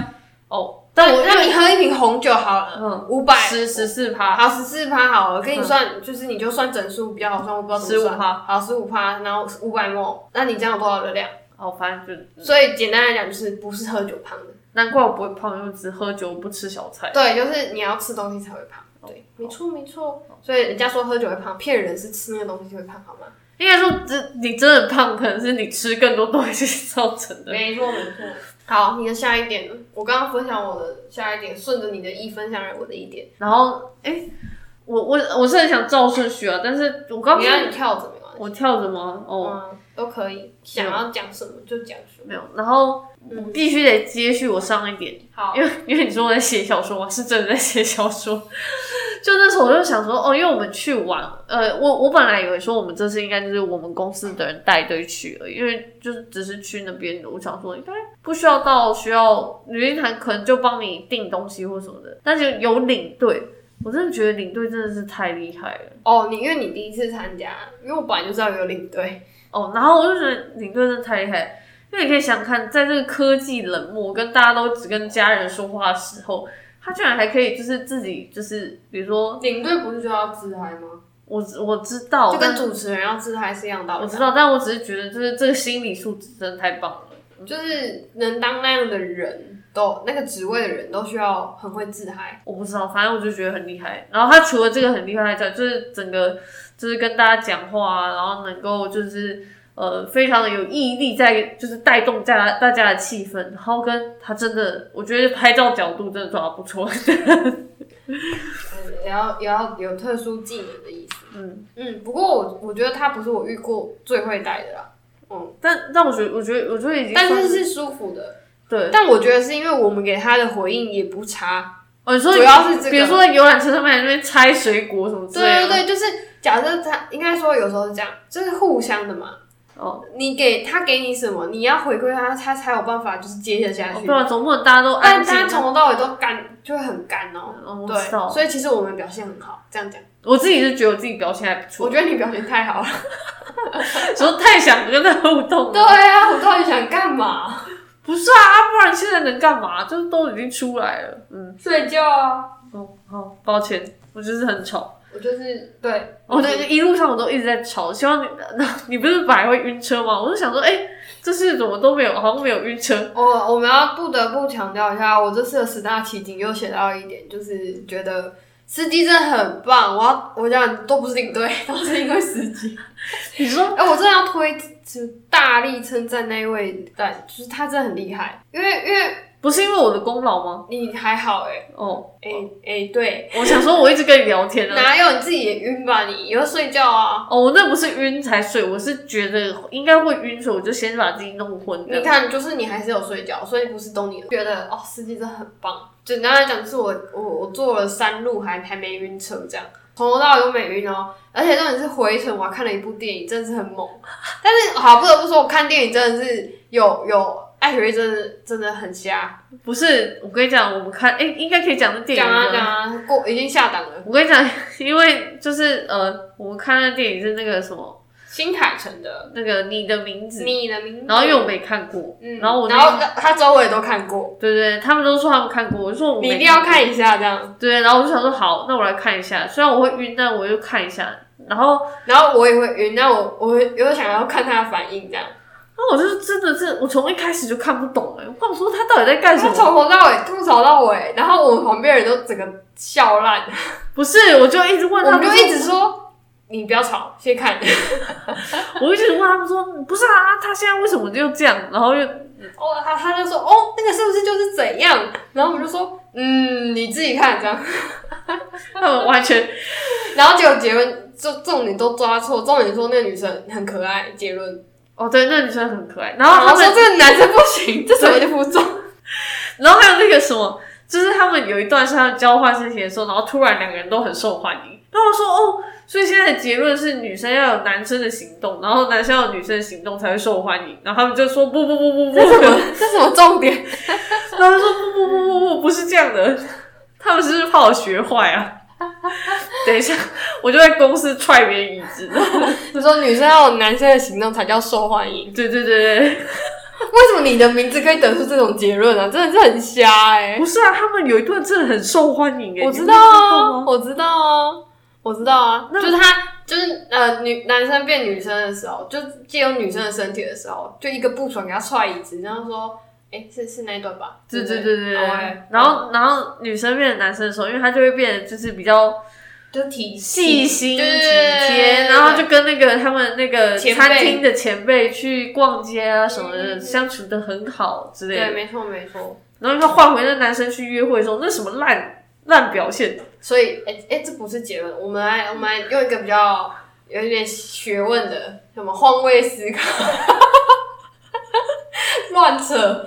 Speaker 2: 哦，但我
Speaker 1: 那你喝一瓶红酒好了，
Speaker 2: 嗯
Speaker 1: 五百
Speaker 2: 十十四趴，
Speaker 1: 好十四趴好了，跟你算、就是你就算整数比较好哦算，我不知道怎么算。
Speaker 2: 15%
Speaker 1: 好嗯十五趴，然后五百 ml，那你这样有多少热量？
Speaker 2: 哦，反正就
Speaker 1: 所以简单来讲就是不是喝酒胖的，
Speaker 2: 难怪我不会胖，因为只喝酒不吃小菜。
Speaker 1: 对，就是你要吃东西才会胖。对，没错没错。所以人家说喝酒会胖，骗人是吃那个东西就会胖，好吗？
Speaker 2: 应该说，这你真的胖，可能是你吃更多东西造成的。
Speaker 1: 没错没错。好，你的下一点呢？我刚刚分享我的下一点，顺着你的一分享我的一点。
Speaker 2: 然后，哎、我我我是很想照顺序啊，但是我刚
Speaker 1: 你
Speaker 2: 不
Speaker 1: 让
Speaker 2: 是
Speaker 1: 你跳着没关系，
Speaker 2: 我跳着吗？哦，
Speaker 1: 嗯，都可以，想要讲什么就讲什么。
Speaker 2: 没有，然后我必须得接续我上一点，
Speaker 1: 好，
Speaker 2: 因为因为你说我在写小说嘛，是真的在写小说。 就那时候我就想说，哦，因为我们去玩，呃，我我本来以为说我们这次应该就是我们公司的人带队去了，因为就是只是去那边，我想说应该不需要到需要旅行团可能就帮你订东西或什么的，但是有领队，我真的觉得领队真的是太厉害了。
Speaker 1: 哦，你因为你第一次参加，因为我本来就知道有领队，
Speaker 2: 哦，然后我就觉得领队真的太厉害，因为你可以想想看，在这个科技冷漠跟大家都只跟家人说话的时候，他居然还可以就是自己就是，比如说
Speaker 1: 领队不是就要自嗨吗？
Speaker 2: 我我知道，
Speaker 1: 就
Speaker 2: 但
Speaker 1: 跟主持人要自嗨是一样道
Speaker 2: 我
Speaker 1: 理
Speaker 2: 知。道，但我只是觉得就是这个心理素质真的太棒了。
Speaker 1: 嗯就是能当那样的人都那个职位的人都需要很会自嗨。
Speaker 2: 我不知道，反正我就觉得很厉害。然后他除了这个很厉害之外，就是整个就是跟大家讲话啊，然后能够就是呃非常的有毅力在，就是带动大家大家的气氛。然后跟他真的，我觉得拍照角度真的抓的不错。
Speaker 1: 嗯，也要也要有特殊技能的意思。
Speaker 2: 嗯
Speaker 1: 嗯，不过我我觉得他不是我遇过最会带的啦，
Speaker 2: 但但我觉得，我觉得，我觉得已经
Speaker 1: 但
Speaker 2: 算
Speaker 1: 是是舒服的。
Speaker 2: 对。
Speaker 1: 但我觉得是因为我们给他的回应也不差。
Speaker 2: 哦，你说
Speaker 1: 主要是这个
Speaker 2: 比如说在游览车上面还在那边拆水果什么之
Speaker 1: 对
Speaker 2: 类的，
Speaker 1: 对对，就是假设他应该说有时候是这样，就是互相的嘛。
Speaker 2: 哦，
Speaker 1: 你给他给你什么，你要回馈他，他才有办法就是接得下
Speaker 2: 哦
Speaker 1: 去。
Speaker 2: 对啊，总不能大家都安
Speaker 1: 但
Speaker 2: 静。
Speaker 1: 大家从头到尾都干，就会啊很干哦。
Speaker 2: 嗯，我知
Speaker 1: 对，
Speaker 2: 道，
Speaker 1: 所以其实我们表现很好，这样讲，
Speaker 2: 我自己是觉得我自己表现还不
Speaker 1: 我
Speaker 2: 错，
Speaker 1: 觉得你表现太好了。
Speaker 2: 说太想跟他互动
Speaker 1: 对
Speaker 2: 了。
Speaker 1: 啊，我到底想干嘛？
Speaker 2: 不是啊，不然现在能干嘛？就是都已经出来了。嗯，
Speaker 1: 睡觉啊。
Speaker 2: 哦，好，抱歉，我就是很吵。
Speaker 1: 我就是对，
Speaker 2: 我的一路上我都一直在吵，希望你， 你不是本来会晕车吗？我就想说，哎、这次怎么都没有，好像没有晕车。
Speaker 1: 我我们要不得不强调一下，我这次的十大奇景又写到一点，就是觉得司机真的很棒。我要我讲都不是领队，都是因为司机。
Speaker 2: 你说
Speaker 1: 哎、我真的要推，就是大力称赞那一位，但就是他真的很厉害，因为因为
Speaker 2: 不是因为我的功劳吗？
Speaker 1: 你还好哎、
Speaker 2: 哦，
Speaker 1: 哎、哎、对，
Speaker 2: 我想说，我一直跟你聊天啊。
Speaker 1: 哪有你自己也晕吧你？以后睡觉啊。
Speaker 2: 哦，我那不是晕才睡，我是觉得应该会晕，所以我就先把自己弄昏
Speaker 1: 你
Speaker 2: 的。
Speaker 1: 看，就是你还是有睡觉，所以不是都你的觉得哦，司机真的很棒。简单来讲，就是我我我坐了山路还还没晕车，这样从头到尾都没晕哦。而且重点是回程我还看了一部电影，真的是很猛。但是好不得不说，我看电影真的是有有艾雪莉真的真的很瞎，
Speaker 2: 不是，我跟你讲，我们看，哎、应该可以讲的电影
Speaker 1: 讲啊
Speaker 2: 的。
Speaker 1: 讲啊，过已经下档了。
Speaker 2: 我跟你讲，因为就是呃，我们看的电影是那个什么，
Speaker 1: 新凯诚的
Speaker 2: 那个你的名字，
Speaker 1: 你的名字，
Speaker 2: 然后因为我没看过，
Speaker 1: 嗯，
Speaker 2: 然后我
Speaker 1: 然后他周围都看过，
Speaker 2: 对对，他们都说他们看过，我就说我
Speaker 1: 你
Speaker 2: 没
Speaker 1: 一定要
Speaker 2: 过
Speaker 1: 看一下这样。
Speaker 2: 对，然后我就想说好，那我来看一下，虽然我会晕，但我就看一下。然后，
Speaker 1: 然后我也会晕，那我我会我想要看他的反应这样。
Speaker 2: 那我就是真的是，我从一开始就看不懂哎、我跟我说他到底在干什
Speaker 1: 他
Speaker 2: 么？
Speaker 1: 从头到尾吐槽到尾，然后我们旁边人都整个笑烂，
Speaker 2: 不是，我就一直
Speaker 1: 我
Speaker 2: 问他
Speaker 1: 们
Speaker 2: 们
Speaker 1: 就
Speaker 2: 说，
Speaker 1: 一直说你不要吵，先看。
Speaker 2: 我一直问他们说，不是啊，他现在为什么就这样？然后又
Speaker 1: 哦，他他就说哦，那个是不是就是怎样？然后我就说嗯，你自己看这样。
Speaker 2: 他们完全
Speaker 1: 然后结果结论就重点都抓错，重点说那个女生很可爱，结论。
Speaker 2: 哦，对，那女生很可爱。然
Speaker 1: 然
Speaker 2: 后
Speaker 1: 后
Speaker 2: 他
Speaker 1: 他
Speaker 2: 们
Speaker 1: 说这个男生不行，这什么就不中。
Speaker 2: 然后还有那个什么，就是他们有一段是他们交换身体的时候，然后突然两个人都很受欢迎。然后我说哦，所以现在的结论是女生要有男生的行动，然后男生要有女生的行动才会受欢迎。然后他们就说不不不不不，
Speaker 1: 这什么？这什么重点？
Speaker 2: 然后他说不不不不不，不是这样的，他们是不是怕我学坏啊？等一下，我就在公司踹别人椅子。
Speaker 1: 你说女生要有男生的行动才叫受欢迎，
Speaker 2: 对对对对，
Speaker 1: 为什么你的名字可以得出这种结论啊？真的是很瞎哎、
Speaker 2: 不是啊，他们有一段真的很受欢迎诶、欸
Speaker 1: 我
Speaker 2: 你
Speaker 1: 知
Speaker 2: 没
Speaker 1: 道
Speaker 2: 看过
Speaker 1: 啊，
Speaker 2: 吗
Speaker 1: 我知道啊，我知道啊，
Speaker 2: 那
Speaker 1: 就是他。就是呃，女男生变女生的时候，就借用女生的身体的时候，就一个不爽给他踹椅子，然后说，哎、是是那一段吧？
Speaker 2: 对对
Speaker 1: 不
Speaker 2: 对对对
Speaker 1: 哦哎，
Speaker 2: 然后然后女生变成男生的时候，因为她就会变得就是比较
Speaker 1: 就体
Speaker 2: 细心体
Speaker 1: 对
Speaker 2: 贴，然后就跟那个他们那个
Speaker 1: 前辈
Speaker 2: 餐厅的前辈去逛街啊什么
Speaker 1: 嗯
Speaker 2: 的，相处的很好之类
Speaker 1: 对，
Speaker 2: 的。
Speaker 1: 没错没错。
Speaker 2: 然后又换回那男生去约会的时候，那什么烂烂表现，
Speaker 1: 所以，哎、哎、这不是结论，我们来我们来用一个比较有一点学问的，什么换位思考，乱扯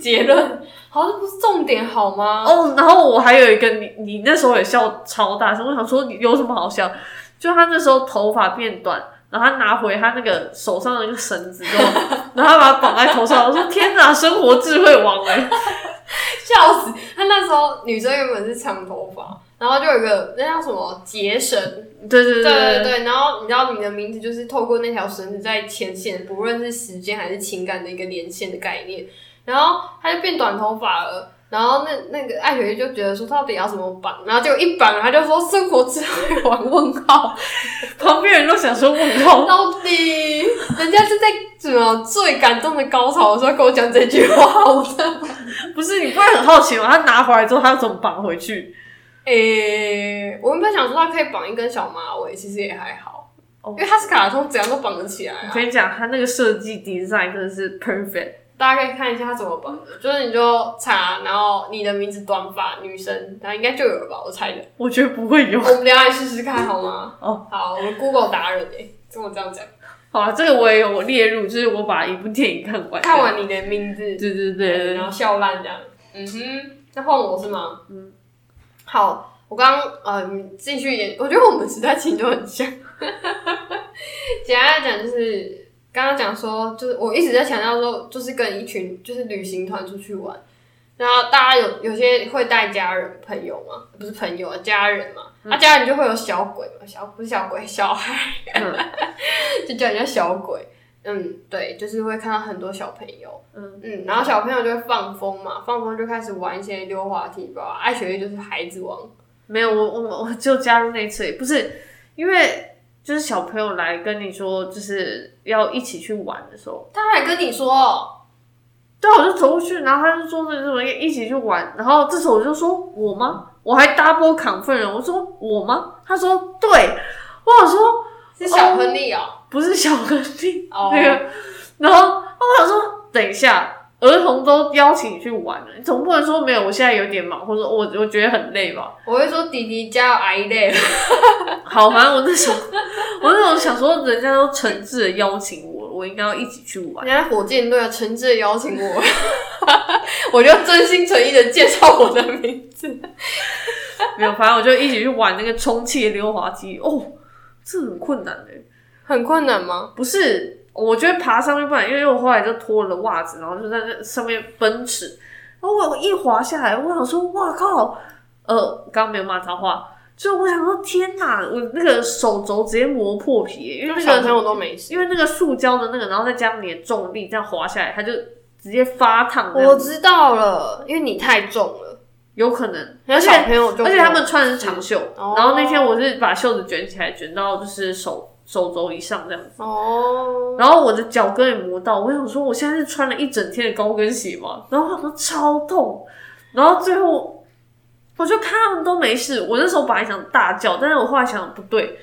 Speaker 1: 结论，好，这不是重点好吗？
Speaker 2: 哦，然后我还有一个，你你那时候也笑超大声，我想说你有什么好笑？就他那时候头发变短，然后他拿回他那个手上的那个绳子 之后，然后他把它绑在头上，我说天哪，生活智慧王哎、
Speaker 1: 笑死！他那时候女生原本是长头发，然后就有一个那叫什么结绳，
Speaker 2: 对对
Speaker 1: 对
Speaker 2: 对
Speaker 1: 对对，然后你知道你的名字就是透过那条绳子在牵线，不论是时间还是情感的一个连线的概念。然后他就变短头发了，然后那那个艾雪就觉得说到底要怎么绑，然后就一绑，他就说生活智慧王问号，
Speaker 2: 旁边人都想说问号，
Speaker 1: 到底人家是在什么最感动的高潮的时候跟我讲这句话，我真的
Speaker 2: 不是你不会很好奇吗？他拿回来之后，他要怎么绑回去？
Speaker 1: 诶、我原本想说他可以绑一根小马尾，其实也还好，
Speaker 2: 哦
Speaker 1: 因为他是卡通，怎样都绑得起来
Speaker 2: 我
Speaker 1: 啊。
Speaker 2: 跟你讲，他那个设计 design 真的是 perfect。
Speaker 1: 大家可以看一下他怎么绑的，就是你就查，然后你的名字短发女生，然后应该就有了吧，我猜的。
Speaker 2: 我觉得不会有。
Speaker 1: 我们等一下来试试看好吗？
Speaker 2: 哦，
Speaker 1: 好，我们 Google 达人诶、跟我这样讲，
Speaker 2: 好了，这个我也有列入，就是我把一部电影看完。
Speaker 1: 看。完你的名字，
Speaker 2: 对对对对
Speaker 1: 然
Speaker 2: 对。
Speaker 1: 后笑烂这样。嗯哼，那换我是吗？嗯，好，我刚刚呃，你继续演，我觉得我们时代情都很像。 简单来讲就是。刚刚讲说，就是我一直在强调说，就是跟一群就是旅行团出去玩，然后大家有有些会带家人、朋友嘛，不是朋友啊，家人嘛，那、家人就会有小鬼嘛，小不是小鬼，小孩，
Speaker 2: 嗯
Speaker 1: 就叫人家小鬼。嗯，对，就是会看到很多小朋友，
Speaker 2: 嗯
Speaker 1: 嗯，然后小朋友就会放风嘛，放风就开始玩一些溜滑梯吧。爱雪莉就是孩子王，
Speaker 2: 没有，我我我就加入那一次，不是因为就是小朋友来跟你说，就是要一起去玩的时候，
Speaker 1: 他还跟你说，
Speaker 2: 对啊，我就走过去，然后他就说那什么一起去玩，然后这时候我就说我吗？我还 double confirm，了我说我吗？他说对，我想说
Speaker 1: 是小亨利哦、
Speaker 2: 不是小亨利、
Speaker 1: 哦
Speaker 2: 那个，啊然后我想说等一下。儿童都邀请你去玩了，你总不能说没有，我现在有点忙，或者我我觉得很累吧？
Speaker 1: 我会说弟弟加油阿姨累了，
Speaker 2: 好，反正我那时候，我那时候想说，人家都诚挚的邀请我，我应该要一起去玩。
Speaker 1: 人家火箭队啊诚挚的邀请我， 我就真心诚意的介绍我的名字。
Speaker 2: 没有，反正我就一起去玩那个充气的溜滑梯。哦，这很困难的、
Speaker 1: 很困难吗？
Speaker 2: 不是，我觉得爬上面不然，因为我后来就脱了袜子，然后就在那上面奔驰。然后我一滑下来，我想说，哇靠！呃，刚刚没有骂脏话，就我想说，天哪，我那个手肘直接磨破皮、欸因
Speaker 1: 因
Speaker 2: 为
Speaker 1: 为
Speaker 2: 那
Speaker 1: 小
Speaker 2: 个
Speaker 1: 朋友都没事。
Speaker 2: 因为那个塑胶的那个，然后再加上你的重力，这样滑下来，它就直接发烫这样。
Speaker 1: 我知道了，因为你太重了，
Speaker 2: 有可能，
Speaker 1: 然后
Speaker 2: 而且
Speaker 1: 小朋友就
Speaker 2: 而且他们穿的是长袖，
Speaker 1: 哦
Speaker 2: 然后那天我是把袖子卷起来，卷到就是手手肘以上这样，
Speaker 1: 哦，
Speaker 2: 然后我的脚跟也磨到，我想说我现在是穿了一整天的高跟鞋嘛，然后我想说超痛，然后最后我就看他们都没事，我那时候本来想大叫，但是我后来想不对，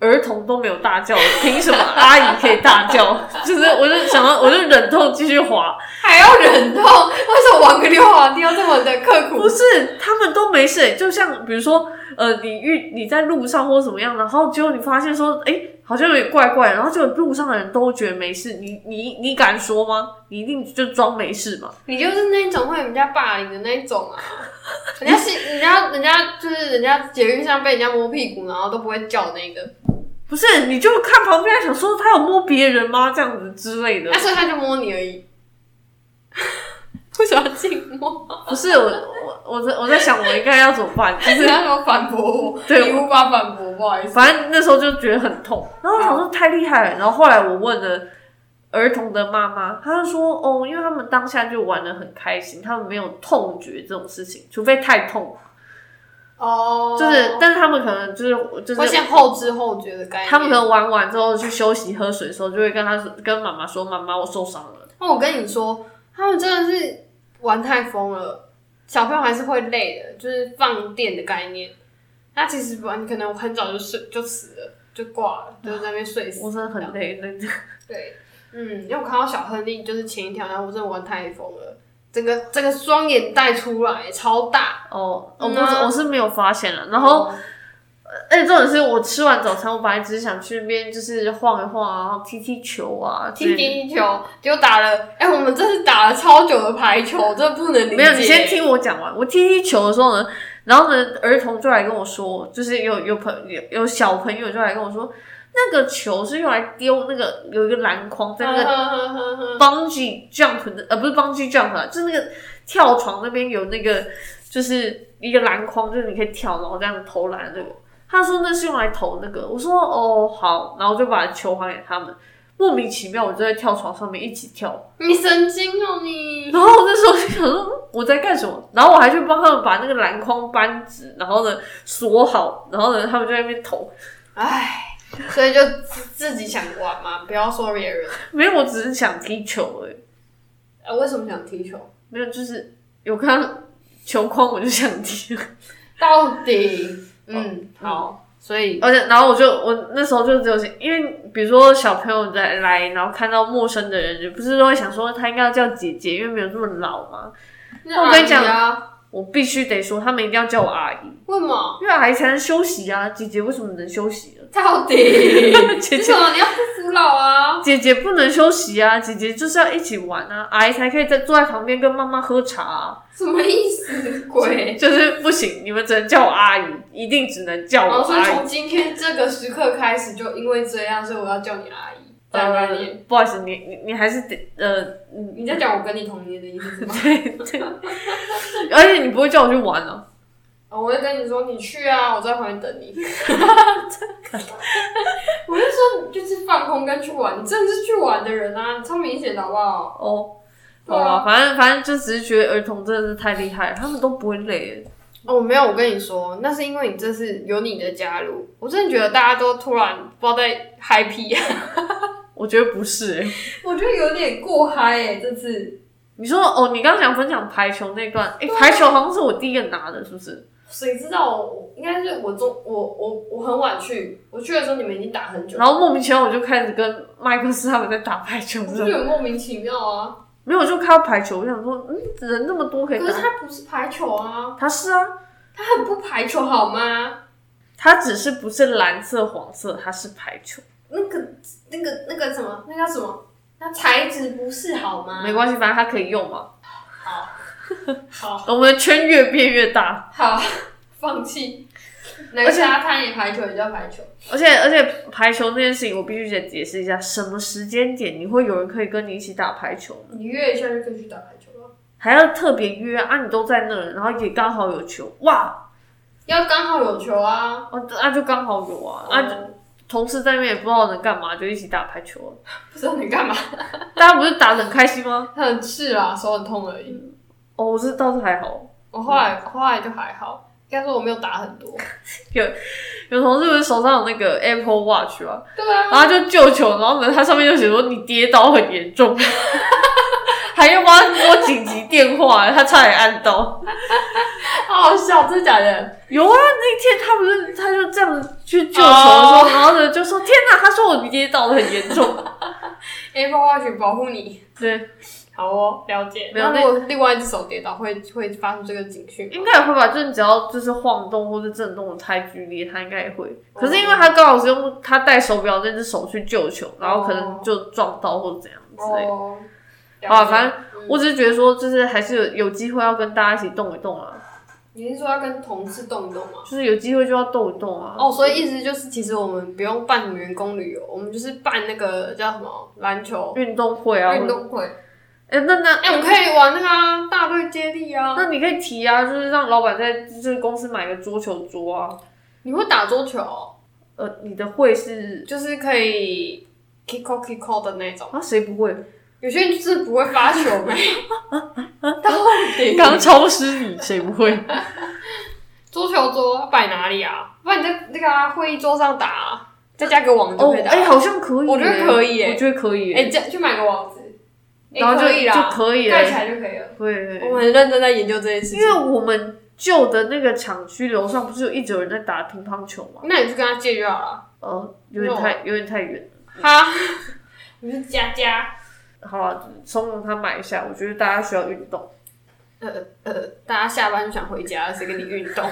Speaker 2: 儿童都没有大叫，凭什么阿姨可以大叫？ 就是我就想要，我就忍痛继续滑。
Speaker 1: 还要忍痛？为什么玩个溜滑梯要这么的刻苦
Speaker 2: 不？是，他们都没事。就像比如说，呃，你遇你在路上或者怎么样，然后结果你发现说，哎、好像有点怪怪，然后结果路上的人都觉得没事，你你你敢说吗？你一定就装没事嘛。
Speaker 1: 你就是那种会人家霸凌的那种啊！ 人家是人家人家就是人家捷运上被人家摸屁股，然后都不会叫那个，
Speaker 2: 不是，你就看旁边想说他有摸别人吗？这样子之类的
Speaker 1: 那。啊所以他就摸你而 已。为什么要静默？
Speaker 2: 不是我我我在我在想我应该要怎么办，就
Speaker 1: 你
Speaker 2: 是
Speaker 1: 要怎么反驳我？
Speaker 2: 对
Speaker 1: 你无法反驳，不好意思。
Speaker 2: 反正那时候就觉得很痛，然后我想说太厉害了，然后后来我问了儿童的妈妈，她就说哦，因为他们当下就玩的很开心，他们没有痛觉这种事情，除非太痛，
Speaker 1: 哦
Speaker 2: 就是但是他们可能就是就
Speaker 1: 会哦
Speaker 2: 是
Speaker 1: 先后知后觉的概念。
Speaker 2: 他们可能玩完之后去休息喝水的时候，就会跟他说跟妈妈说妈妈我受伤了，
Speaker 1: 那我跟你说，他们真的是玩太疯了，小朋友还是会累的，就是放电的概念。那其实玩可能我很早就睡就死了，就挂了，就在那边睡死。
Speaker 2: 啊我真的很累，那
Speaker 1: 对，嗯，因为我看到小亨利就是前一条，然后我真的玩太疯了，整个整个双眼带出来超大。
Speaker 2: 哦，我
Speaker 1: 嗯
Speaker 2: 不
Speaker 1: 啊
Speaker 2: 是我是没有发现啊了，然后。而且重点是我吃完早餐，我本来只是想去那边就是晃一晃啊，然后踢踢球啊，之
Speaker 1: 踢
Speaker 2: 类的
Speaker 1: 第一球就打了，哎、我们这是打了超久的排球，我真的不能理解。
Speaker 2: 没有，你先听我讲完。我踢踢球的时候呢，然后呢，儿童就来跟我说，就是有有朋有有小朋友就来跟我说，那个球是用来丢那个有一个篮筐在那
Speaker 1: 啊
Speaker 2: 个
Speaker 1: 个
Speaker 2: bungee jump 的，呃，不是 bungee jump 啊，就是那个跳床那边有那个就是一个篮筐，就是你可以跳，然后这样投篮那个。他说那是用来投那个，我说哦好，然后就把球还给他们。莫名其妙，我就在跳床上面一起跳。
Speaker 1: 你神经哦你！
Speaker 2: 然后我那时候就想说嗯我在干什么，然后我还去帮他们把那个篮筐扳直，然后呢锁好，然后呢他们就在那边投。
Speaker 1: 唉，所以就自自己想玩嘛，不要说别人。
Speaker 2: 没有，我只是想踢球而已，
Speaker 1: 呃，为什么想踢球？
Speaker 2: 没有就是有看到球框我就想踢，
Speaker 1: 到底，嗯，好，所以
Speaker 2: 而且然后我就我那时候就只有因为比如说小朋友在来，然后看到陌生的人，你不是都会想说他应该要叫姐姐，因为没有这么老嘛。那我跟你讲
Speaker 1: 那阿姨啊，
Speaker 2: 我必须得说，他们一定要叫我阿姨，
Speaker 1: 为什么？
Speaker 2: 因为阿姨才能休息啊，姐姐为什么能休息啊？
Speaker 1: 到 底
Speaker 2: 姐
Speaker 1: 为
Speaker 2: 姐
Speaker 1: 什么你要不服老啊？
Speaker 2: 姐姐不能休息啊，姐姐就是要一起玩啊，阿姨才可以在坐在旁边跟妈妈喝茶、啊，
Speaker 1: 什么意思？鬼！
Speaker 2: 就是不行，你们只能叫我阿姨，一定只能叫
Speaker 1: 然
Speaker 2: 我
Speaker 1: 后说
Speaker 2: 阿姨。
Speaker 1: 哦从今天这个时刻开始，就因为这样，所以我要叫你阿姨。这样概
Speaker 2: 呃
Speaker 1: 念，，
Speaker 2: 不好意思，你你你还是得呃，嗯
Speaker 1: 你在讲我跟你同年的意思是吗？
Speaker 2: 对对，而且你不会叫我去玩啊，
Speaker 1: 哦，我就跟你说，你去啊，我在旁边等 你。我就说，就是放空跟去玩，你真的是去玩的人啊，你超明显的好不好？
Speaker 2: 哦，
Speaker 1: 对
Speaker 2: 好
Speaker 1: 啊
Speaker 2: 吧，反正反正就只是觉得儿童真的是太厉害了，他们都不会累。
Speaker 1: 哦，没有，我跟你说，那是因为你这是有你的加入，我真的觉得大家都突然不知道在嗨啊皮、
Speaker 2: 我觉得不是、欸，
Speaker 1: 我觉得有点过嗨哎、这次
Speaker 2: 你说哦，你刚刚想分享排球那段，
Speaker 1: 啊
Speaker 2: 哎、排球好像是我第一个拿的，是不是？
Speaker 1: 谁知道我应该是我中我我我很晚去，我去的时候你们已经打很久了，
Speaker 2: 然后莫名其妙我就开始跟麦克斯他们在打排球，
Speaker 1: 我
Speaker 2: 是
Speaker 1: 就
Speaker 2: 吧
Speaker 1: 觉得莫名其妙啊。
Speaker 2: 没有，我就看到排球，我想说，嗯，人那么多可以
Speaker 1: 可
Speaker 2: 打
Speaker 1: 是，他不是排球啊，
Speaker 2: 他是啊，
Speaker 1: 他很不排球好吗？
Speaker 2: 他只是不是蓝色、黄色，他是排球，
Speaker 1: 那个、那个、那个什么，那叫什么？那材质不是好吗？
Speaker 2: 没关系，反正他可以用嘛。
Speaker 1: 好
Speaker 2: 我们的圈越变越大，
Speaker 1: 好，放弃。那个沙滩也排球也叫排球，
Speaker 2: 而且而且排球那件事情，我必须得解释一下，什么时间点你会有人可以跟你一起打排球，
Speaker 1: 你约一下就可以去打排球了。
Speaker 2: 还要特别约啊，你都在那了，然后也刚好有球，哇，
Speaker 1: 要刚好有球啊！
Speaker 2: 哦，那、就刚好有啊，啊，
Speaker 1: 啊，
Speaker 2: 同事在那边也不知道能干嘛，就一起打排球啊，
Speaker 1: 不知道你干嘛，
Speaker 2: 大家不是打的很开心吗？
Speaker 1: 他很刺啦，手很痛而已。
Speaker 2: 哦，我是倒是还好，
Speaker 1: 我后来后来就还好，应该说我没有打很多。
Speaker 2: 有同事不是手上有那个 Apple Watch 吗？
Speaker 1: 对啊，
Speaker 2: 然后就救球，然后呢，它上面就写说你跌倒很严重， 还要帮他拨紧急电话，他差点按到。
Speaker 3: 好好笑，真的假的？
Speaker 2: 有啊，那天他不是他就这样子去救球的时候
Speaker 1: 哦
Speaker 2: 然后呢就说天哪，他说我跌倒的很严重。
Speaker 3: Apple Watch 保护你。
Speaker 2: 对，
Speaker 3: 好哦，了解。
Speaker 2: 没有
Speaker 3: 那如果另外一只手跌倒，会会发出这个警讯吗？
Speaker 2: 应该也会吧，就是你只要就是晃动或是震动的太剧烈，他应该也会。可是因为他刚好是用他戴手表那只手去救球，然后可
Speaker 1: 哦
Speaker 2: 能就撞到或者怎样之类的。
Speaker 3: 哦，了解
Speaker 2: 啊，反正
Speaker 1: 嗯
Speaker 2: 我只是觉得说，就是还是有有机会要跟大家一起动一动啊，
Speaker 1: 你是说要跟同事动一动吗？
Speaker 2: 就是有机会就要动一动啊。
Speaker 1: 哦，所以意思就是，其实我们不用办员工旅游，我们就是办那个叫什么篮球
Speaker 2: 运动会啊，
Speaker 1: 运动会。
Speaker 2: 哎、那那
Speaker 1: 哎、我们可以玩那个啊，大队接力啊。
Speaker 2: 那你可以提啊，就是让老板在就是公司买个桌球桌啊。
Speaker 1: 你会打桌球哦、
Speaker 2: 呃，你的会是
Speaker 1: 就是可以 kiko kiko 的那种。
Speaker 2: 啊，谁不会？
Speaker 1: 有些人就是不会发球没， 到底
Speaker 2: 刚超失礼，谁不 会？
Speaker 1: 桌球桌要摆哪里啊？不然你在那个、啊、会议桌上打、啊，再加个网就
Speaker 2: 哦，
Speaker 1: 可以打。
Speaker 2: 哎、好像可以耶，
Speaker 1: 我觉得可以耶
Speaker 2: 我觉得可以耶，
Speaker 1: 哎、这样去买个网子，哎
Speaker 2: 然后就
Speaker 1: 可以啦，
Speaker 2: 就可以
Speaker 1: 盖起
Speaker 2: 耶，
Speaker 1: 来就可以了。
Speaker 2: 可以耶。
Speaker 1: 我们很认真在研究这件事
Speaker 2: 因
Speaker 1: 情。
Speaker 2: 为我们旧的那个厂区楼上不是有一直有人在打乒乓球吗？
Speaker 1: 那你去跟他借就好了。
Speaker 2: 呃，有点太有点太远。
Speaker 1: 哈， 我是佳佳。
Speaker 2: 好啊，怂恿他买一下，我觉得大家需要运动。
Speaker 1: 呃呃，大家下班就想回家了，谁跟你运动？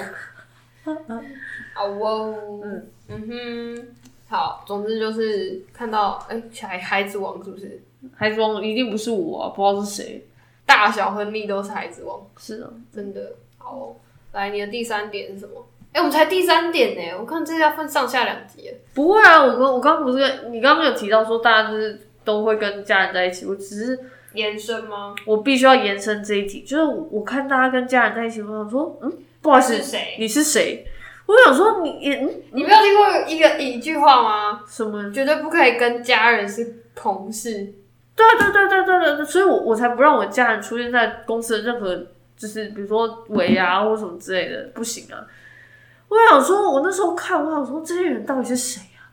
Speaker 1: 好哦，
Speaker 2: 嗯
Speaker 1: 嗯嗯哼，好，总之就是看到哎，小孩孩子王是不是？
Speaker 2: 孩子王一定不是我、啊，不知道是谁。
Speaker 1: 大小亨利都是孩子王，
Speaker 2: 是啊，
Speaker 1: 真的好、哦。来，你的第三点是什么？哎、我们才第三点呢，我看这要分上下两集耶。
Speaker 2: 不会啊，我刚我刚不是跟你刚刚有提到说大家就是都会跟家人在一起，我只是
Speaker 1: 延伸吗？
Speaker 2: 我必须要延伸这一题，就是我我看大家跟家人在一起，我想说，嗯，不好意思，
Speaker 1: 是谁？
Speaker 2: 你是谁？我想说你也嗯
Speaker 1: 你没有听过一个一句话吗？
Speaker 2: 什么？
Speaker 1: 绝对不可以跟家人是同事。
Speaker 2: 对啊对对对对对对，所以我我才不让我家人出现在公司的任何，就是比如说围啊或什么之类的，不行啊。我想说，我那时候看，我想说这些人到底是谁啊？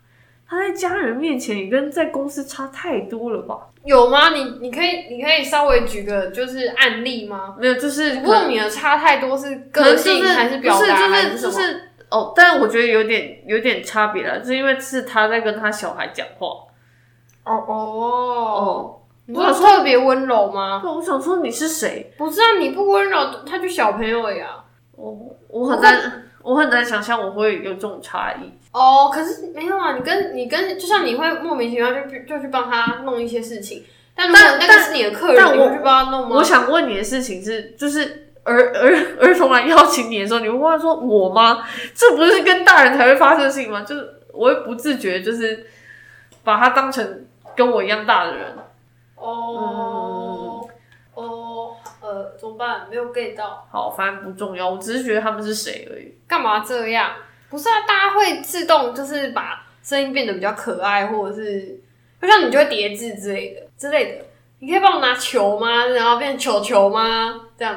Speaker 2: 他在家人面前也跟在公司差太多了吧？
Speaker 1: 有吗？你你可以你可以稍微举个就是案例吗？
Speaker 2: 没有，就是
Speaker 1: 不过你的差太多是
Speaker 2: 可
Speaker 1: 个
Speaker 2: 能就
Speaker 1: 性
Speaker 2: 是
Speaker 1: 还表达还
Speaker 2: 不是
Speaker 1: 什
Speaker 2: 就是
Speaker 1: 么？
Speaker 2: 就是哦，但我觉得有点有点差别了，就是因为是他在跟他小孩讲话
Speaker 1: 哦哦，
Speaker 2: 哦。
Speaker 1: 你说特别温柔吗？
Speaker 2: 那我想说你是谁？
Speaker 1: 不是啊，你不温柔，他就小朋友
Speaker 2: 啊
Speaker 1: 呀。
Speaker 2: 我我很难我很难想象我会有这种差异。
Speaker 1: 哦，可是没有啊，你跟你跟就像你会莫名其妙就去就去帮他弄一些事情，但如果
Speaker 2: 但
Speaker 1: 那个是你的客人，
Speaker 2: 但
Speaker 1: 你
Speaker 2: 我
Speaker 1: 会去帮他弄吗？
Speaker 2: 我想问你的事情是，就是儿儿儿童来邀请你的时候，你会问他说我吗？这不是跟大人才会发生的事情吗？就是我会不自觉，就是把他当成跟我一样大的人。
Speaker 1: 哦哦，呃，怎么办？没有 get 到。
Speaker 2: 好，反正不重要，我只是觉得他们是谁而已。
Speaker 1: 干嘛这样？不是啊，大家会自动就是把声音变得比较可爱，或者是就像你就会叠字之类的之类的。你可以帮我拿球吗？然后变球球吗？这样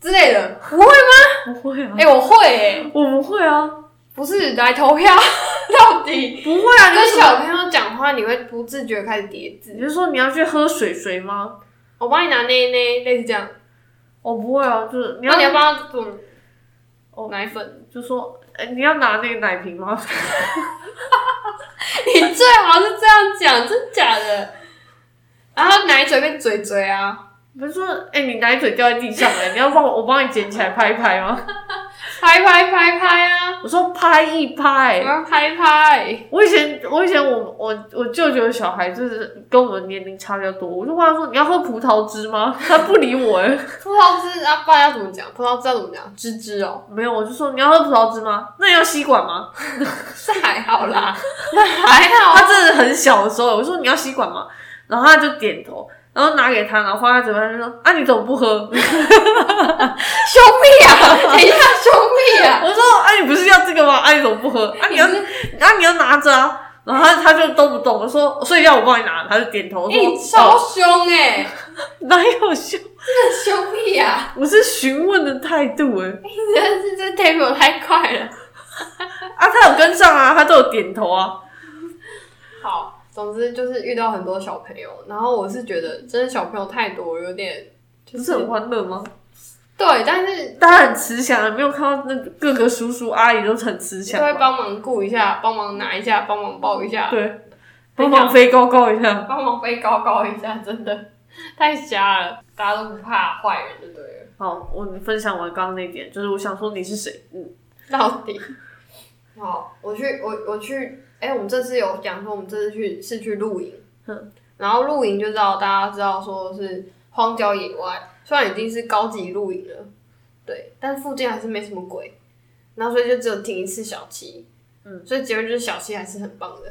Speaker 1: 之类的。
Speaker 2: 不会啊
Speaker 1: 哎、，我会、欸，
Speaker 2: 我不会啊，
Speaker 1: 不是来投票，到底
Speaker 2: 不会啊。
Speaker 1: 跟
Speaker 2: 你
Speaker 1: 小朋友讲话，你会不自觉开始叠字
Speaker 2: 你。是说你要去喝水水吗？
Speaker 1: 我帮你拿捏捏，类似这样。
Speaker 2: 我不会啊，就是你
Speaker 1: 然后
Speaker 2: 要
Speaker 1: 你要帮他煮
Speaker 2: 哦
Speaker 1: 奶粉，
Speaker 2: 就说，哎、你要拿那个奶瓶吗？
Speaker 1: 你最好是这样讲，真假的？然后奶嘴变嘴嘴啊。
Speaker 2: 不是说，哎、你奶嘴掉在地上了、你要帮我，我帮你捡起来拍一拍吗？
Speaker 1: 拍拍拍拍啊！
Speaker 2: 我说拍一拍、
Speaker 1: 我要拍拍。
Speaker 2: 我以前，我以前我我我舅舅的小孩就是跟我们年龄差比较多，我就问他说你要喝葡萄汁吗？他不理我、哎，
Speaker 1: 葡萄汁啊，不知道要怎么讲，葡萄汁要怎么讲？汁汁哦，
Speaker 2: 没有，我就说你要喝葡萄汁吗？那你要吸管吗？
Speaker 1: 是还好啦， 那还好。
Speaker 2: 他真的很小的时候，我说你要吸管吗？然后他就点头，然后拿给他，然后放在嘴巴，他就说啊你怎么不喝？
Speaker 1: 凶 屁啊！等一下，凶屁啊！
Speaker 2: 我说啊你不是要这个吗？啊你怎么不喝？啊你要
Speaker 1: 是
Speaker 2: 啊你要拿着啊。然后他他就都不动，我说所以要我帮你拿，他就点 头
Speaker 1: 哎
Speaker 2: 说、
Speaker 1: 你超
Speaker 2: 哦
Speaker 1: 凶哎、欸，
Speaker 2: 哪有笑？
Speaker 1: 凶屁啊！
Speaker 2: 我是询问的态度哎、
Speaker 1: 你真的是这 table 太快了。
Speaker 2: 啊他有跟上啊，他都有点头啊。
Speaker 1: 好，总之就是遇到很多小朋友，然后我是觉得真的小朋友太多，有点就
Speaker 2: 不是
Speaker 1: 是
Speaker 2: 很欢乐吗？
Speaker 3: 对，但是
Speaker 2: 大家很慈祥，有没有看到那各个叔叔阿姨都很慈祥
Speaker 3: 就
Speaker 2: 啊
Speaker 3: 会
Speaker 2: 吗？
Speaker 3: 帮忙顾一下，帮忙拿一下，帮忙抱一下，
Speaker 2: 对，帮忙飞高高一下。
Speaker 3: 帮忙飞高高一下，真的太瞎了，大家都不怕坏人，就对了，
Speaker 2: 好，我分享完刚刚那点，就是我想说你是谁？嗯，
Speaker 3: 到底
Speaker 1: 好，我去，我我去，哎、我们这次有讲说，我们这次去是去露营，
Speaker 2: 嗯
Speaker 1: 然后露营就知道大家知道说是荒郊野外，虽然已经是高级露营了，对，但附近还是没什么鬼，然后所以就只有停一次小七，
Speaker 2: 嗯，
Speaker 1: 所以结论就是小七还是很棒的。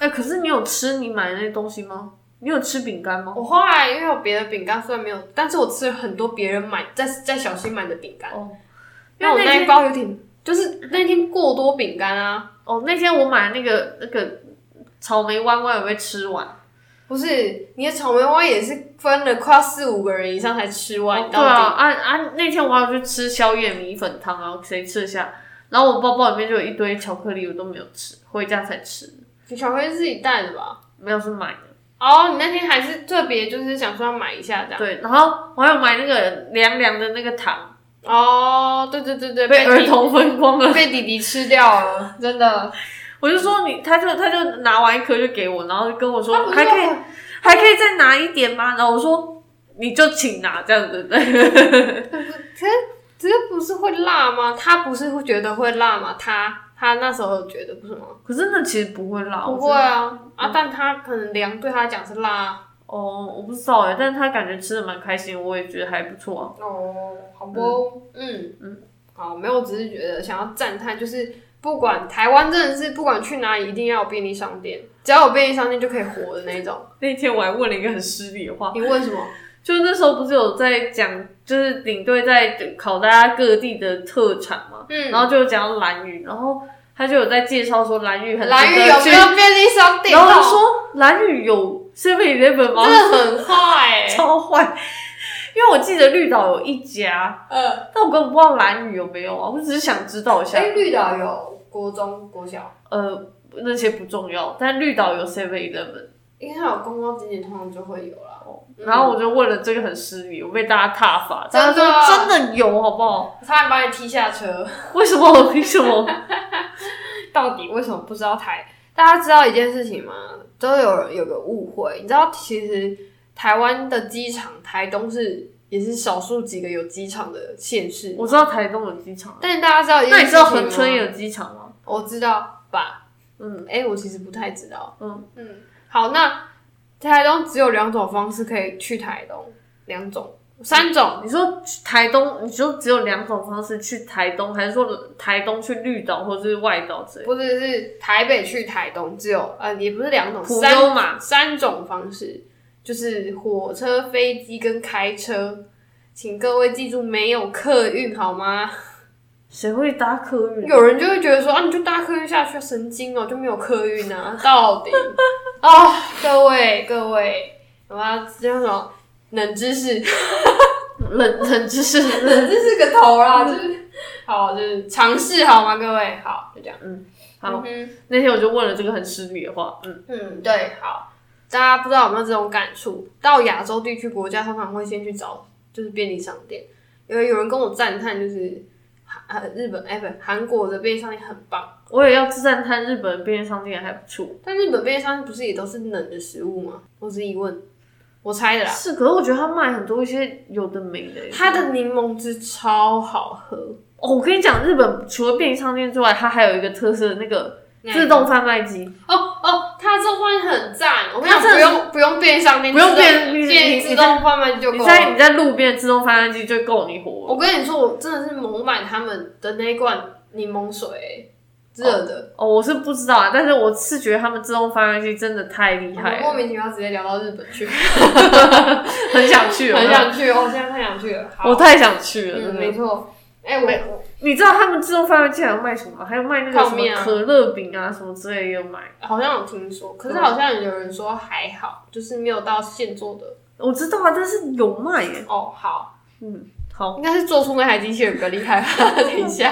Speaker 2: 哎、可是你有吃你买的那些东西吗？你有吃饼干吗？
Speaker 1: 我后来因为有别的饼干，虽然没有，但是我吃了很多别人买在在小七买的饼干，
Speaker 2: 哦，
Speaker 1: 因为我
Speaker 2: 那
Speaker 1: 那
Speaker 2: 天
Speaker 1: 一包有点就是那天过多饼干啊，
Speaker 2: 哦，那天我买那个那个草莓弯弯有没有吃完？
Speaker 1: 不是，你的草莓蛙也是分了快要四五个人以上才吃完，你
Speaker 2: 对
Speaker 1: 到
Speaker 2: 啊，
Speaker 1: 底？
Speaker 2: 啊啊！那天我还有去吃宵夜米粉汤啊，谁吃得下？然后我包包里面就有一堆巧克力，我都没有吃，回家才吃，
Speaker 1: 你巧克力自己带的吧？
Speaker 2: 没有是买的。
Speaker 1: 哦，你那天还是特别就是想说要买一下这样。
Speaker 2: 对，然后我还有买那个凉凉的那个糖，
Speaker 1: 哦，对对对对，
Speaker 2: 被
Speaker 1: 弟
Speaker 2: 儿童分光了。
Speaker 1: 被弟弟吃掉了，真的。
Speaker 2: 我就说你，他就他就拿完一颗就给我，然后就跟我说
Speaker 1: 不是
Speaker 2: 还可以
Speaker 1: 我
Speaker 2: 还可以再拿一点吗？然后我说你就请拿这样子。
Speaker 1: 只是不是会辣吗？他不是会觉得会辣吗？他他那时候有觉得不是吗？
Speaker 2: 可是那其实不会辣，
Speaker 1: 不
Speaker 2: 我
Speaker 1: 会
Speaker 2: 觉得
Speaker 1: 啊啊！但他可能凉对他来讲是辣啊。
Speaker 2: 哦，我不知道哎，但是他感觉吃的蛮开心，我也觉得还不错啊。
Speaker 1: 哦，好不，嗯嗯，好，没有，我只是觉得想要赞叹，就是不管台湾真的是不管去哪里，一定要有便利商店，只要有便利商店就可以活的那一种。
Speaker 2: 那天我还问了一个很失礼的话，
Speaker 1: 你问什么？
Speaker 2: 就是那时候不是有在讲，就是领队在考大家各地的特产嘛，
Speaker 1: 嗯，
Speaker 2: 然后就有讲到蓝屿，然后他就有在介绍说蓝屿很值
Speaker 1: 蓝屿
Speaker 2: 得
Speaker 1: 有
Speaker 2: 去
Speaker 1: 没有便利商店？哦
Speaker 2: 然后他说蓝屿有 Seven Eleven 吗？
Speaker 1: 真的很坏、欸，
Speaker 2: 超坏，因为我记得绿岛有一家，
Speaker 1: 呃，
Speaker 2: 但我根本不知道蓝屿有没有啊，我只是想知道一下。
Speaker 1: 哎、绿岛有国中、国小，
Speaker 2: 呃，那些不重要，但绿岛有 Seven Eleven。
Speaker 1: 因为它有公共景点，通常就会有啦。嗯
Speaker 2: 然后我就问了这个很失礼，我被大家挞伐，大家
Speaker 1: 真的啊
Speaker 2: 说真的有好不好？
Speaker 1: 差点把你踢下车。
Speaker 2: 为什么？ 为什么？
Speaker 1: 到底为什么不知道台？大家知道一件事情吗？都有人有个误会，你知道，其实台湾的机场，台东是也是少数几个有机场的县市。
Speaker 2: 我知道台东有机场，
Speaker 1: 但是大家知道一件
Speaker 2: 那你
Speaker 1: 事
Speaker 2: 知
Speaker 1: 情吗
Speaker 2: 道恒春也有机场吗？
Speaker 1: 我知道吧？
Speaker 2: 嗯
Speaker 1: 哎、我其实不太知道。
Speaker 2: 嗯
Speaker 1: 嗯，好，那台东只有两种方式可以去台东，两种、三种。
Speaker 2: 你说台东，你就只有两种方式去台东，还是说台东去绿岛或者是外岛之类？
Speaker 1: 不是是台北去台东，只有呃也不是两种，
Speaker 2: 普
Speaker 1: 三
Speaker 2: 悠嘛，
Speaker 1: 三种方式，就是火车、飞机跟开车。请各位记住，没有客运好吗？
Speaker 2: 谁会搭客运？
Speaker 1: 有人就会觉得说啊，你就搭客运下去，神经哦，就没有客运啊，到底哦，各位各位，我要叫什么冷知识？
Speaker 2: 冷冷知识，
Speaker 1: 冷知识个头啦，就是 好，就是尝试好吗？各位好，就这样。
Speaker 2: 好，
Speaker 1: 嗯
Speaker 2: 那天我就问了这个很失礼的话，嗯，
Speaker 1: 嗯，对，好，大家不知道有没有这种感触？到亚洲地区国家，通常会先去找就是便利商店。有有人跟我赞叹，就是韩呃日本哎，不韩国的便利商店很棒，
Speaker 2: 我也要自赞叹日本的便利商店还不错。
Speaker 1: 但日本便利商店不是也都是冷的食物吗？我只疑问，我猜的啦。
Speaker 2: 是，可是我觉得他卖很多一些有的没的。
Speaker 1: 它的柠檬汁超好喝，
Speaker 2: 哦，我跟你讲，日本除了便利商店之外，它还有一个特色，那个自动贩卖机。
Speaker 1: 哦哦，它这种饭很赞，我跟你讲，
Speaker 2: 它
Speaker 1: 不
Speaker 2: 真的
Speaker 1: 用不用便利商店，
Speaker 2: 不用
Speaker 1: 自
Speaker 2: 便
Speaker 1: 动
Speaker 2: 利
Speaker 1: 便
Speaker 2: 你
Speaker 1: 自
Speaker 2: 你
Speaker 1: 动贩卖机就够
Speaker 2: 你
Speaker 1: 了。
Speaker 2: 在你在路边的自动贩卖机就够你活
Speaker 1: 我跟你说，我真的是猛买他们的那一罐柠檬水、欸热的，
Speaker 2: 哦，我是不知道啊，但是我是觉得他们自动贩卖机真的太厉
Speaker 1: 哦我
Speaker 2: 害
Speaker 1: 莫
Speaker 2: 了，
Speaker 1: 名其妙直接聊到日本去，
Speaker 2: 很想去，
Speaker 1: 很，想去哦，现在太想去了。好
Speaker 2: 我太想去了，
Speaker 1: 嗯，
Speaker 2: 真
Speaker 1: 没
Speaker 2: 的。
Speaker 1: 错。哎、我我
Speaker 2: 你知道他们自动贩卖机还有卖什么吗？还有卖那个
Speaker 1: 泡
Speaker 2: 什
Speaker 1: 面
Speaker 2: 么
Speaker 1: 啊
Speaker 2: 可乐饼啊什么之类的也有卖。
Speaker 1: 好像有听说，可是好像有人说还好，就是没有到现做的
Speaker 2: 我知道啊，但是有卖耶。
Speaker 1: 哦。好，
Speaker 2: 嗯，好，
Speaker 1: 应该是做出那台机器人比较厉害吧？ 等一下，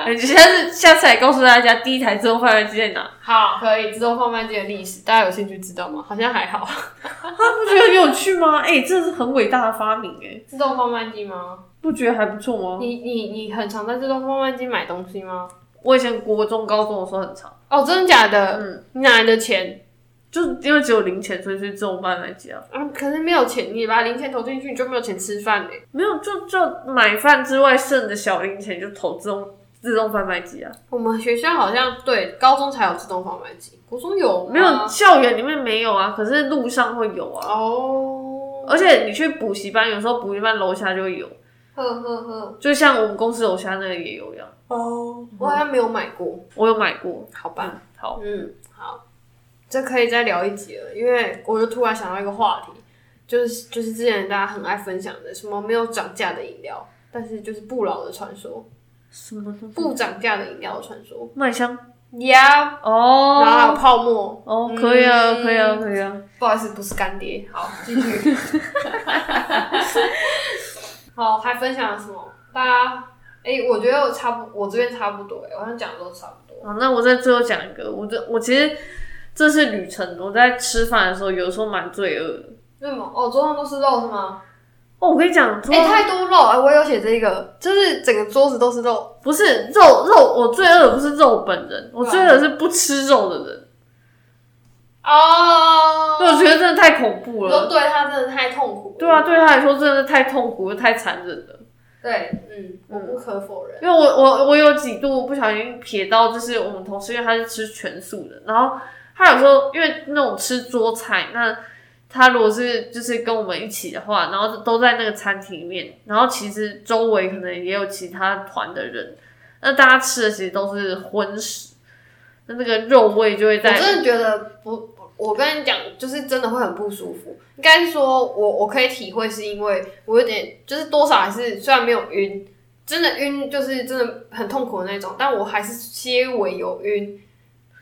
Speaker 2: 哎下次下次来告诉大家第一台自动贩卖机在哪，
Speaker 1: 好，可以自动贩卖机的历史，大家有兴趣知道吗？好像还好，
Speaker 2: 啊不觉得很有趣吗？哎、这是很伟大的发明哎、
Speaker 1: 自动贩卖机吗？
Speaker 2: 不觉得还不错吗？
Speaker 1: 你你你很常在自动贩卖机买东西吗？
Speaker 2: 我以前国中、高中的时候很长，
Speaker 1: 哦，真的假的？
Speaker 2: 嗯，
Speaker 1: 你哪来的钱？
Speaker 2: 就是因为只有零钱，所以去自动贩卖机啊。
Speaker 1: 啊，可是没有钱，你把零钱投进去，你就没有钱吃饭嘞、欸
Speaker 2: 没有，就就买饭之外剩的小零钱就投自动自动贩卖机啊。
Speaker 1: 我们学校好像对高中才有自动贩卖机，国中有吗
Speaker 2: 没有，校园里面没有啊，可是路上会有啊。
Speaker 1: 哦，
Speaker 2: 而且你去补习班，有时候补习班楼下就会有，
Speaker 1: 呵呵呵，
Speaker 2: 就像我们公司楼下那个也有一样，
Speaker 1: 哦，我好像没有买过，
Speaker 2: 我有买过。
Speaker 1: 好吧，
Speaker 2: 嗯，好，
Speaker 1: 嗯，好，这可以再聊一集了，因为我就突然想到一个话题，就是就是之前大家很爱分享的什么没有涨价的饮料，但是就是不老的传说，
Speaker 2: 什么东西
Speaker 1: 不涨价的饮料的传说
Speaker 2: 麦香
Speaker 1: 呀，然后还有
Speaker 2: 哦
Speaker 1: 泡沫，
Speaker 2: 哦，可以啊，
Speaker 1: 嗯
Speaker 2: 可以啊，可以啊。
Speaker 1: 不好意思，不是干爹，好，继续， 好，还分享了什么？大家，哎、我觉得我差不，我这边差不多、哎，我好像讲的都差不多，
Speaker 2: 好，那我再最后讲一个，我这我其实这是旅程，我在吃饭的时候有时候蛮罪恶的。
Speaker 1: 为什么？哦，桌上都是肉是吗？
Speaker 2: 哦，我跟你讲，突
Speaker 1: 哎、
Speaker 2: 然
Speaker 1: 太多肉哎、我有写这个，就是整个桌子都是肉。
Speaker 2: 不是肉肉，我罪恶的不是肉本人，我
Speaker 1: 对啊
Speaker 2: 罪恶的是不吃肉的人。
Speaker 1: 哦
Speaker 2: 对，我觉得真的太恐怖
Speaker 1: 都
Speaker 2: 了。
Speaker 1: 对啊他真的太痛苦。
Speaker 2: 对啊，，对他来说真的是太痛苦、太残忍了。
Speaker 1: 对，嗯，我
Speaker 2: 嗯
Speaker 1: 无可否认。
Speaker 2: 因为我我我有几度不小心瞥到，就是我们同事，因为他是吃全素的，然后他有时候因为那种吃桌菜，那他如果是就是跟我们一起的话，然后都在那个餐厅里面，然后其实周围可能也有其他团的人，那大家吃的其实都是荤食，那那个肉味就会
Speaker 1: 我
Speaker 2: 在
Speaker 1: 真的觉得不，不我跟你讲，就是真的会很不舒服。应该是说我我可以体会，是因为我有点就是多少还是虽然没有晕，真的晕就是真的很痛苦的那种，但我还是些微有晕，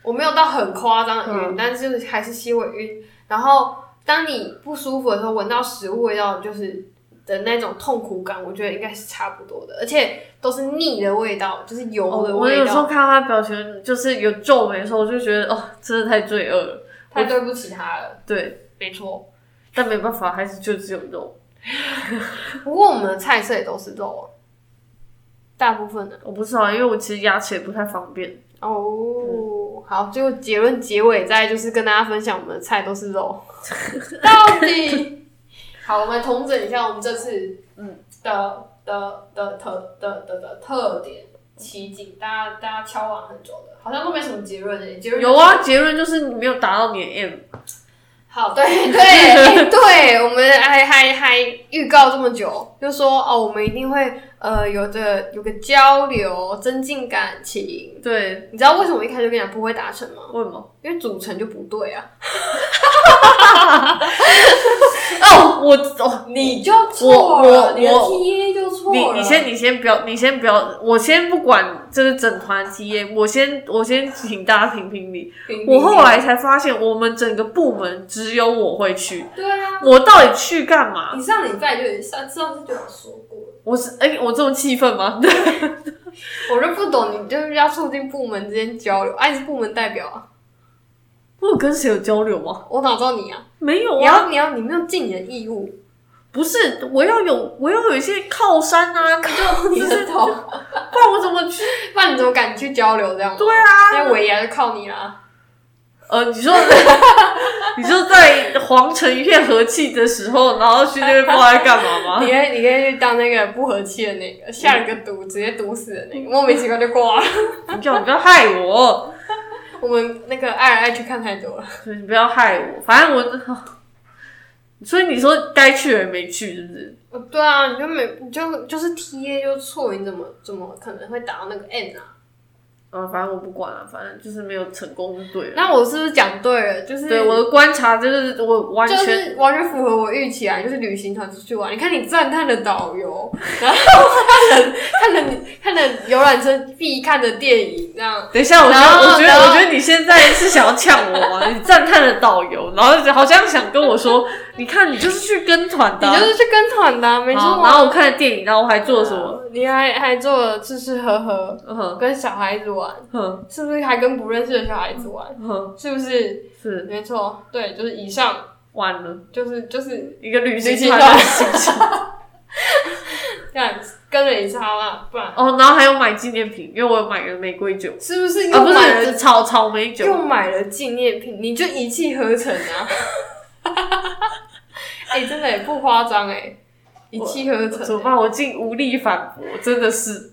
Speaker 1: 我没有到很夸张的
Speaker 2: 嗯
Speaker 1: 晕，但是还是些微晕。然后当你不舒服的时候，闻到食物味道就是。的那种痛苦感，我觉得应该是差不多的，而且都是腻的味道，就是油
Speaker 2: 哦
Speaker 1: 的
Speaker 2: 我
Speaker 1: 味
Speaker 2: 有时
Speaker 1: 道，
Speaker 2: 候看到他表情就是有皱眉的时候，我就觉得哦，真的太罪恶了。
Speaker 1: 太对不起它了。
Speaker 2: 对，
Speaker 1: 没错，
Speaker 2: 但没办法，还是就只有肉。
Speaker 1: 不过我们的菜色也都是肉啊，大部分的
Speaker 2: 我不知道，因为我其实牙齿也不太方便。
Speaker 1: 哦。好，最后结论结尾再就是跟大家分享我们的菜都是 肉，到底。好，我们统整一下我们这次嗯的的的特的的的特点奇景，大家大家敲完很久的，好像都没什么结论诶、欸结论就是
Speaker 2: 有啊，结论就是你没有达到你的 M。
Speaker 1: 好，对 对、哎对，我们还还还预告这么久，就说哦，我们一定会呃有的有个交流，增进感情。
Speaker 2: 对，
Speaker 1: 你知道为什么我一开始就跟你讲不会达成吗？
Speaker 2: 为什么？
Speaker 1: 因为组成就不对啊，
Speaker 2: 哦，我哦，
Speaker 1: 你就
Speaker 2: 错了你的
Speaker 1: TA 就错
Speaker 2: 你你先你先不要，你先不要，我先不管，就是整团 TA，我先我先请大家评评理。我后来才发现，我们整个部门只有我会去，
Speaker 1: 对啊，
Speaker 2: 我到底去干嘛？
Speaker 1: 你上礼拜就上上次就有说过了，
Speaker 2: 我是哎、我这么气愤吗？
Speaker 1: 我就不懂，你就是要促进部门之间交流，哎、你是部门代表啊，
Speaker 2: 我有跟谁有交流吗？
Speaker 1: 我哪知道你啊？
Speaker 2: 没有
Speaker 1: 你
Speaker 2: 啊，
Speaker 1: 要你要你没有尽你的义务，
Speaker 2: 不是，我要有我要有一些靠山啊，
Speaker 1: 靠 你的头。
Speaker 2: 不然我怎么去？
Speaker 1: 不然你怎么敢去交流这样吗？
Speaker 2: 对啊
Speaker 1: 因为尾牙就靠你啦。
Speaker 2: 呃，你说， 你说在皇城一片和气的时候，然后去那边不知道在干嘛
Speaker 1: 你
Speaker 2: 吗？
Speaker 1: 可以，你可以去当那个不和气的那个，下了个毒，直接毒死的那个，莫名其妙就挂了。
Speaker 2: 你叫你不要害我，
Speaker 1: 我们那个爱来爱去看太多了，
Speaker 2: 所以你不要害我，反正我，所以你说该去的人没去，是不是？
Speaker 1: 呃对啊，你就没，你就就是 T A 就错，你怎么怎么可能会打到那个 N 啊？
Speaker 2: 啊，反正我不管了、反正就是没有成功就对了。
Speaker 1: 那我是不是讲对了？就是
Speaker 2: 对我的观察就是，我完
Speaker 1: 就
Speaker 2: 全、
Speaker 1: 是完全符合我预期啊！就是旅行团出去玩，你看你赞叹了导 游，然后看了看了你看了游览车必看的电影，这样
Speaker 2: 等一下，我觉
Speaker 1: 然
Speaker 2: 得，
Speaker 1: 后
Speaker 2: 我觉
Speaker 1: 然
Speaker 2: 得，
Speaker 1: 后
Speaker 2: 我觉得你现在是想要呛我吗？你赞叹了导游，然后好像想跟我说，你看，你就是去跟团的
Speaker 1: 你
Speaker 2: 啊、
Speaker 1: 就是去跟团的啊、没错
Speaker 2: 好
Speaker 1: 啊。
Speaker 2: 然后我看了电影，然后我还做了什么？
Speaker 1: 你还还做了吃吃喝喝，
Speaker 2: 嗯哼
Speaker 1: 跟小孩子玩，
Speaker 2: 哼
Speaker 1: 是不是还跟不认识的小孩子玩？
Speaker 2: 哼，
Speaker 1: 是不是？
Speaker 2: 是
Speaker 1: 没错，对，就是以上，
Speaker 2: 完了
Speaker 1: 就是就是
Speaker 2: 一个旅行
Speaker 1: 旅行
Speaker 2: 团
Speaker 1: 团
Speaker 2: 的行程
Speaker 1: 这样子跟着你差啦，不然
Speaker 2: 哦，然后还有买纪念品，因为我有买了玫瑰酒，
Speaker 1: 是不是
Speaker 2: 啊，
Speaker 1: 又
Speaker 2: 不
Speaker 1: 买
Speaker 2: 是
Speaker 1: 了
Speaker 2: 草草莓
Speaker 1: 又
Speaker 2: 酒，
Speaker 1: 买了纪念品，你就一气呵成啊？ 哎、真的、也不夸张哎，一气呵
Speaker 2: 怎么
Speaker 1: 成、
Speaker 2: 办？我竟无力反驳，真的是。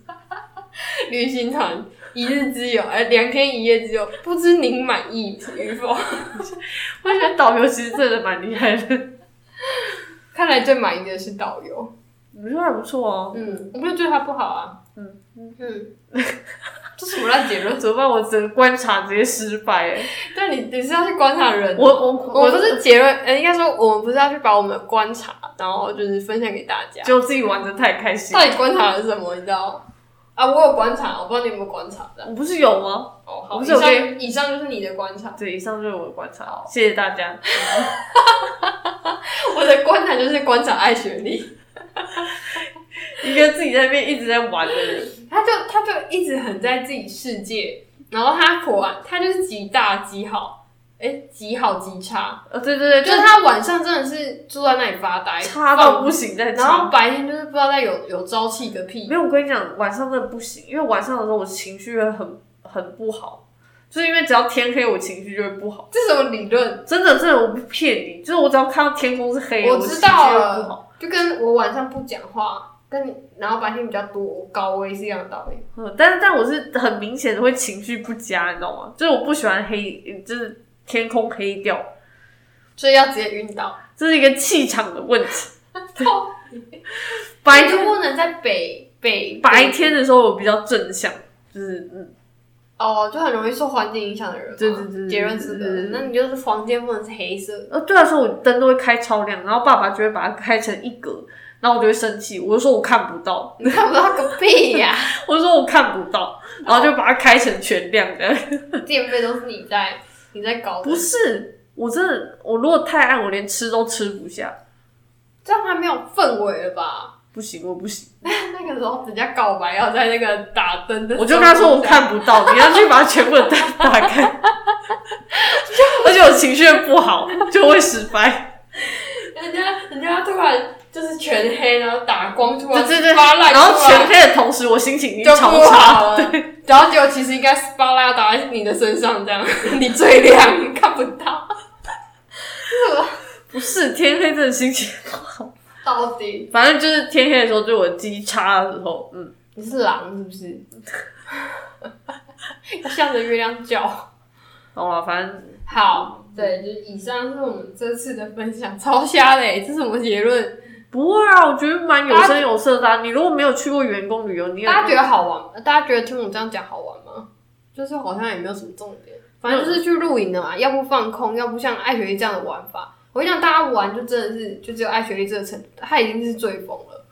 Speaker 1: 旅行团一日之游，哎、两天一夜之游，不知您满意与否？
Speaker 2: 我觉得导游其实真的蛮厉害的，
Speaker 1: 看来最满意的是导游。
Speaker 2: 我觉得还不错哦。
Speaker 1: 嗯，我没有对他不好啊。
Speaker 2: 嗯
Speaker 1: 嗯，这什么烂结 论？
Speaker 2: 怎么办？我整个观察直接失败欸。
Speaker 1: 但你你是要去观察人，
Speaker 2: 我我
Speaker 1: 我们不是结论，呃，应该说我们不是要去把我们的观察，然后就是分享给大家。
Speaker 2: 就自己玩的太开心
Speaker 1: 到。底观察了什么？你知道吗？啊，我有观察，我不知道你有没有观察的。
Speaker 2: 我不是有吗？
Speaker 1: 哦，
Speaker 2: 我
Speaker 1: 好，以
Speaker 2: 不是有
Speaker 1: 上以上就是你的观察，
Speaker 2: 对，以上就是我的观察，谢谢大家。
Speaker 1: 我的观察就是观察爱学 历，
Speaker 2: 一个自己在那边一直在玩的人，
Speaker 1: 他就他就一直很在自己世界，然后他果然他就是极大极好，哎、极好极差，
Speaker 2: 呃，对对对，
Speaker 1: 就
Speaker 2: 就是是
Speaker 1: 他晚上真的是坐在那里发呆，
Speaker 2: 差到不行，在
Speaker 1: 然后
Speaker 2: 差。
Speaker 1: 白天就是不知道在有有朝气个屁
Speaker 2: 没。有，我跟你讲，晚上真的不行，因为晚上的时候我情绪会很很不好，就是因为只要天黑，我情绪就会不好。
Speaker 1: 这什么理论？
Speaker 2: 真的，真的，我不骗你，就是我只要看到天空是黑的，我
Speaker 1: 我知道
Speaker 2: 情绪就会不好。
Speaker 1: 了，就跟我晚上不讲话，跟你然后白天比较多高危是一样的道理。
Speaker 2: 嗯，但是但我是很明显的会情绪不佳，你知道吗？就是我不喜欢黑，就是天空黑掉，
Speaker 1: 所以要直接晕倒，
Speaker 2: 这是一个气场的问 题。白
Speaker 1: 你就
Speaker 2: 天
Speaker 1: 不能在北北
Speaker 2: 白天的时候我比较正向，就是嗯
Speaker 1: 哦，就很容易受环境影响的人嘛。
Speaker 2: 对对对对
Speaker 1: 结论是
Speaker 2: 对对
Speaker 1: 的
Speaker 2: 对，
Speaker 1: 那你就是房间不能是黑色的。
Speaker 2: 呃，对来说我灯都会开超亮，然后爸爸就会把它开成一格，然后我就会生气，我就说我看不到，
Speaker 1: 你看不到个屁呀、
Speaker 2: 我就说我看不到，然后就把它开成全亮的。
Speaker 1: 电费都是你在你在搞的
Speaker 2: 不，是，我真的，我如果太暗，我连吃都吃不下，
Speaker 1: 这样还没有氛围了吧？
Speaker 2: 不行，我不行，
Speaker 1: 那个时候人家告白要在那个打灯的，
Speaker 2: 我就跟他说我，看不到，你要去把它全部的灯打开。 而且我情绪不好，就会失败。
Speaker 1: 人家人家突然就是全黑，然后打光突
Speaker 2: 对
Speaker 1: 然
Speaker 2: 对对，
Speaker 1: 发烂，
Speaker 2: 然后全黑的同时，我心情已经
Speaker 1: 就
Speaker 2: 超
Speaker 1: 不
Speaker 2: 差。
Speaker 1: 好了。然后结果其实应该是巴拉打在你的身上，这 样你最亮，你看不到。
Speaker 2: 不是天黑真的心情，
Speaker 1: 到底
Speaker 2: 反正就是天黑的时候，对我极差的时候，嗯，
Speaker 1: 你是狼是不 是？要向着月亮叫。
Speaker 2: 好啦，反正
Speaker 1: 好，对，就是以上是我们这次的分享，超瞎嘞、这是什么结论？
Speaker 2: 不会啊，我觉得蛮有声有色的、啊。你如果没有去过员工旅游，你也
Speaker 1: 大家觉得好玩吗？大家觉得听我这样讲好玩吗？就是好像也没有什么重点，反正就是去露营的嘛，要不放空，要不像爱学丽这样的玩法。我跟你讲，大家玩就真的是就只有爱学丽这个程度，他已经是最疯了，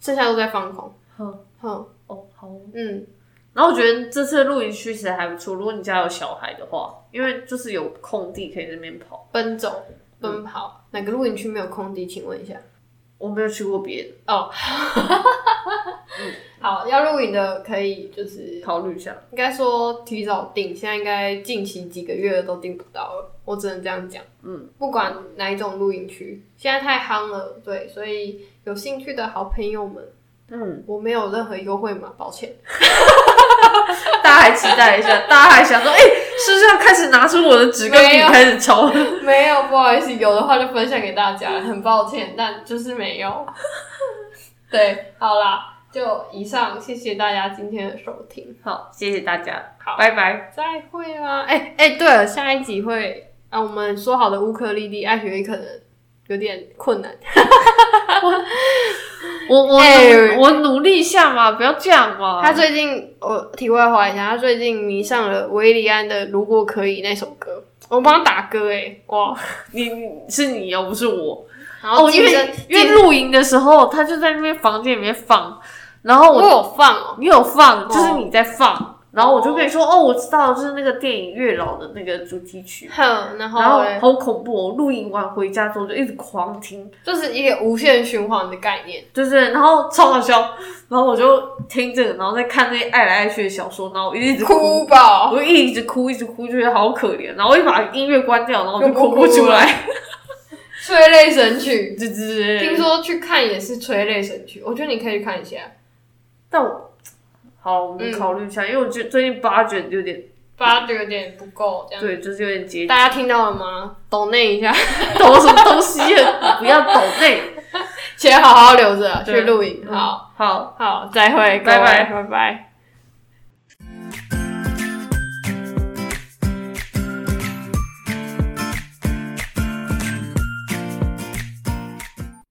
Speaker 1: 剩下都在放空。
Speaker 2: 哼
Speaker 1: 哼，
Speaker 2: 哦好哦。
Speaker 1: 嗯，
Speaker 2: 然后我觉得这次的露营区其实还不错，如果你家有小孩的话，因为就是有空地可以在那边跑。
Speaker 1: 奔走奔跑，哪个露营区没有空地？请问一下。
Speaker 2: 我没有去过别的，
Speaker 1: 好，要露营的可以就是
Speaker 2: 考虑一下。
Speaker 1: 应该说提早订，现在应该近期几个月都订不到了，我只能这样讲。
Speaker 2: 嗯，
Speaker 1: 不管哪一种露营区，现在太夯了，对，所以有兴趣的好朋友们，
Speaker 2: 嗯，
Speaker 1: 我没有任何优惠码，抱 歉。
Speaker 2: 大家还期待一下，大家还想说，哎、是不是要开始拿出我的纸跟
Speaker 1: 没
Speaker 2: 笔
Speaker 1: 有
Speaker 2: 开始抄？
Speaker 1: 没有，不好意思，有的话就分享给大家，很抱歉，但就是没有。 对，好啦，就以上，谢谢大家今天的收听，
Speaker 2: 好，谢谢大家，
Speaker 1: 好
Speaker 2: 拜拜。
Speaker 1: 再会啦。哎、哎、对了，下一集会啊，我们说好的乌克丽丽爱学可能有点困难。
Speaker 2: 我我、
Speaker 1: 哎
Speaker 2: 我努力一下嘛，不要这样嘛。
Speaker 1: 他最近，我题外话一下，他最近迷上了维里安的《如果可以》那首歌，我帮他打歌哎、哇！
Speaker 2: 你你是你又不是我
Speaker 1: 然后
Speaker 2: 哦因
Speaker 1: 竞争
Speaker 2: 为因为露营的时候，他就在那边房间里面放，然后
Speaker 1: 我
Speaker 2: 我
Speaker 1: 有放哦、
Speaker 2: 你有放，就是你在放，然后我就跟你说，哦，我知道，就是那个电影《月老》的那个主题曲，
Speaker 1: 哼，然
Speaker 2: 然
Speaker 1: 后
Speaker 2: 后
Speaker 1: 嘞
Speaker 2: 好恐怖哦！露营完回家之后就一直狂听，
Speaker 1: 就是一个无限循环的概念。
Speaker 2: 就是然后超好笑，然后我就听这个，然后再看那些爱来爱去的小说，然后我一直
Speaker 1: 哭
Speaker 2: 哭，
Speaker 1: 爆！
Speaker 2: 我就一直哭一直哭，就觉得好可怜，然后我一把音乐关掉，然后我就
Speaker 1: 又不
Speaker 2: 哭
Speaker 1: 哭
Speaker 2: 不出来，
Speaker 1: 催泪神曲，
Speaker 2: 对对对，
Speaker 1: 听，说去看也是催泪神曲，我觉得你可以去看一下。
Speaker 2: 但我好，我们
Speaker 1: 嗯
Speaker 2: 考虑一下，因为我觉得最近八卷有点
Speaker 1: 八九点不够，这样
Speaker 2: 对，就是有点结
Speaker 1: 大家听到了吗？抖内一 下，
Speaker 2: 抖什么东西， 不要抖内，
Speaker 1: 钱好好留着去
Speaker 2: 对
Speaker 1: 录影。
Speaker 2: 嗯
Speaker 1: 好
Speaker 2: 好。
Speaker 1: 好，再会，各位
Speaker 2: 拜拜
Speaker 1: 拜拜。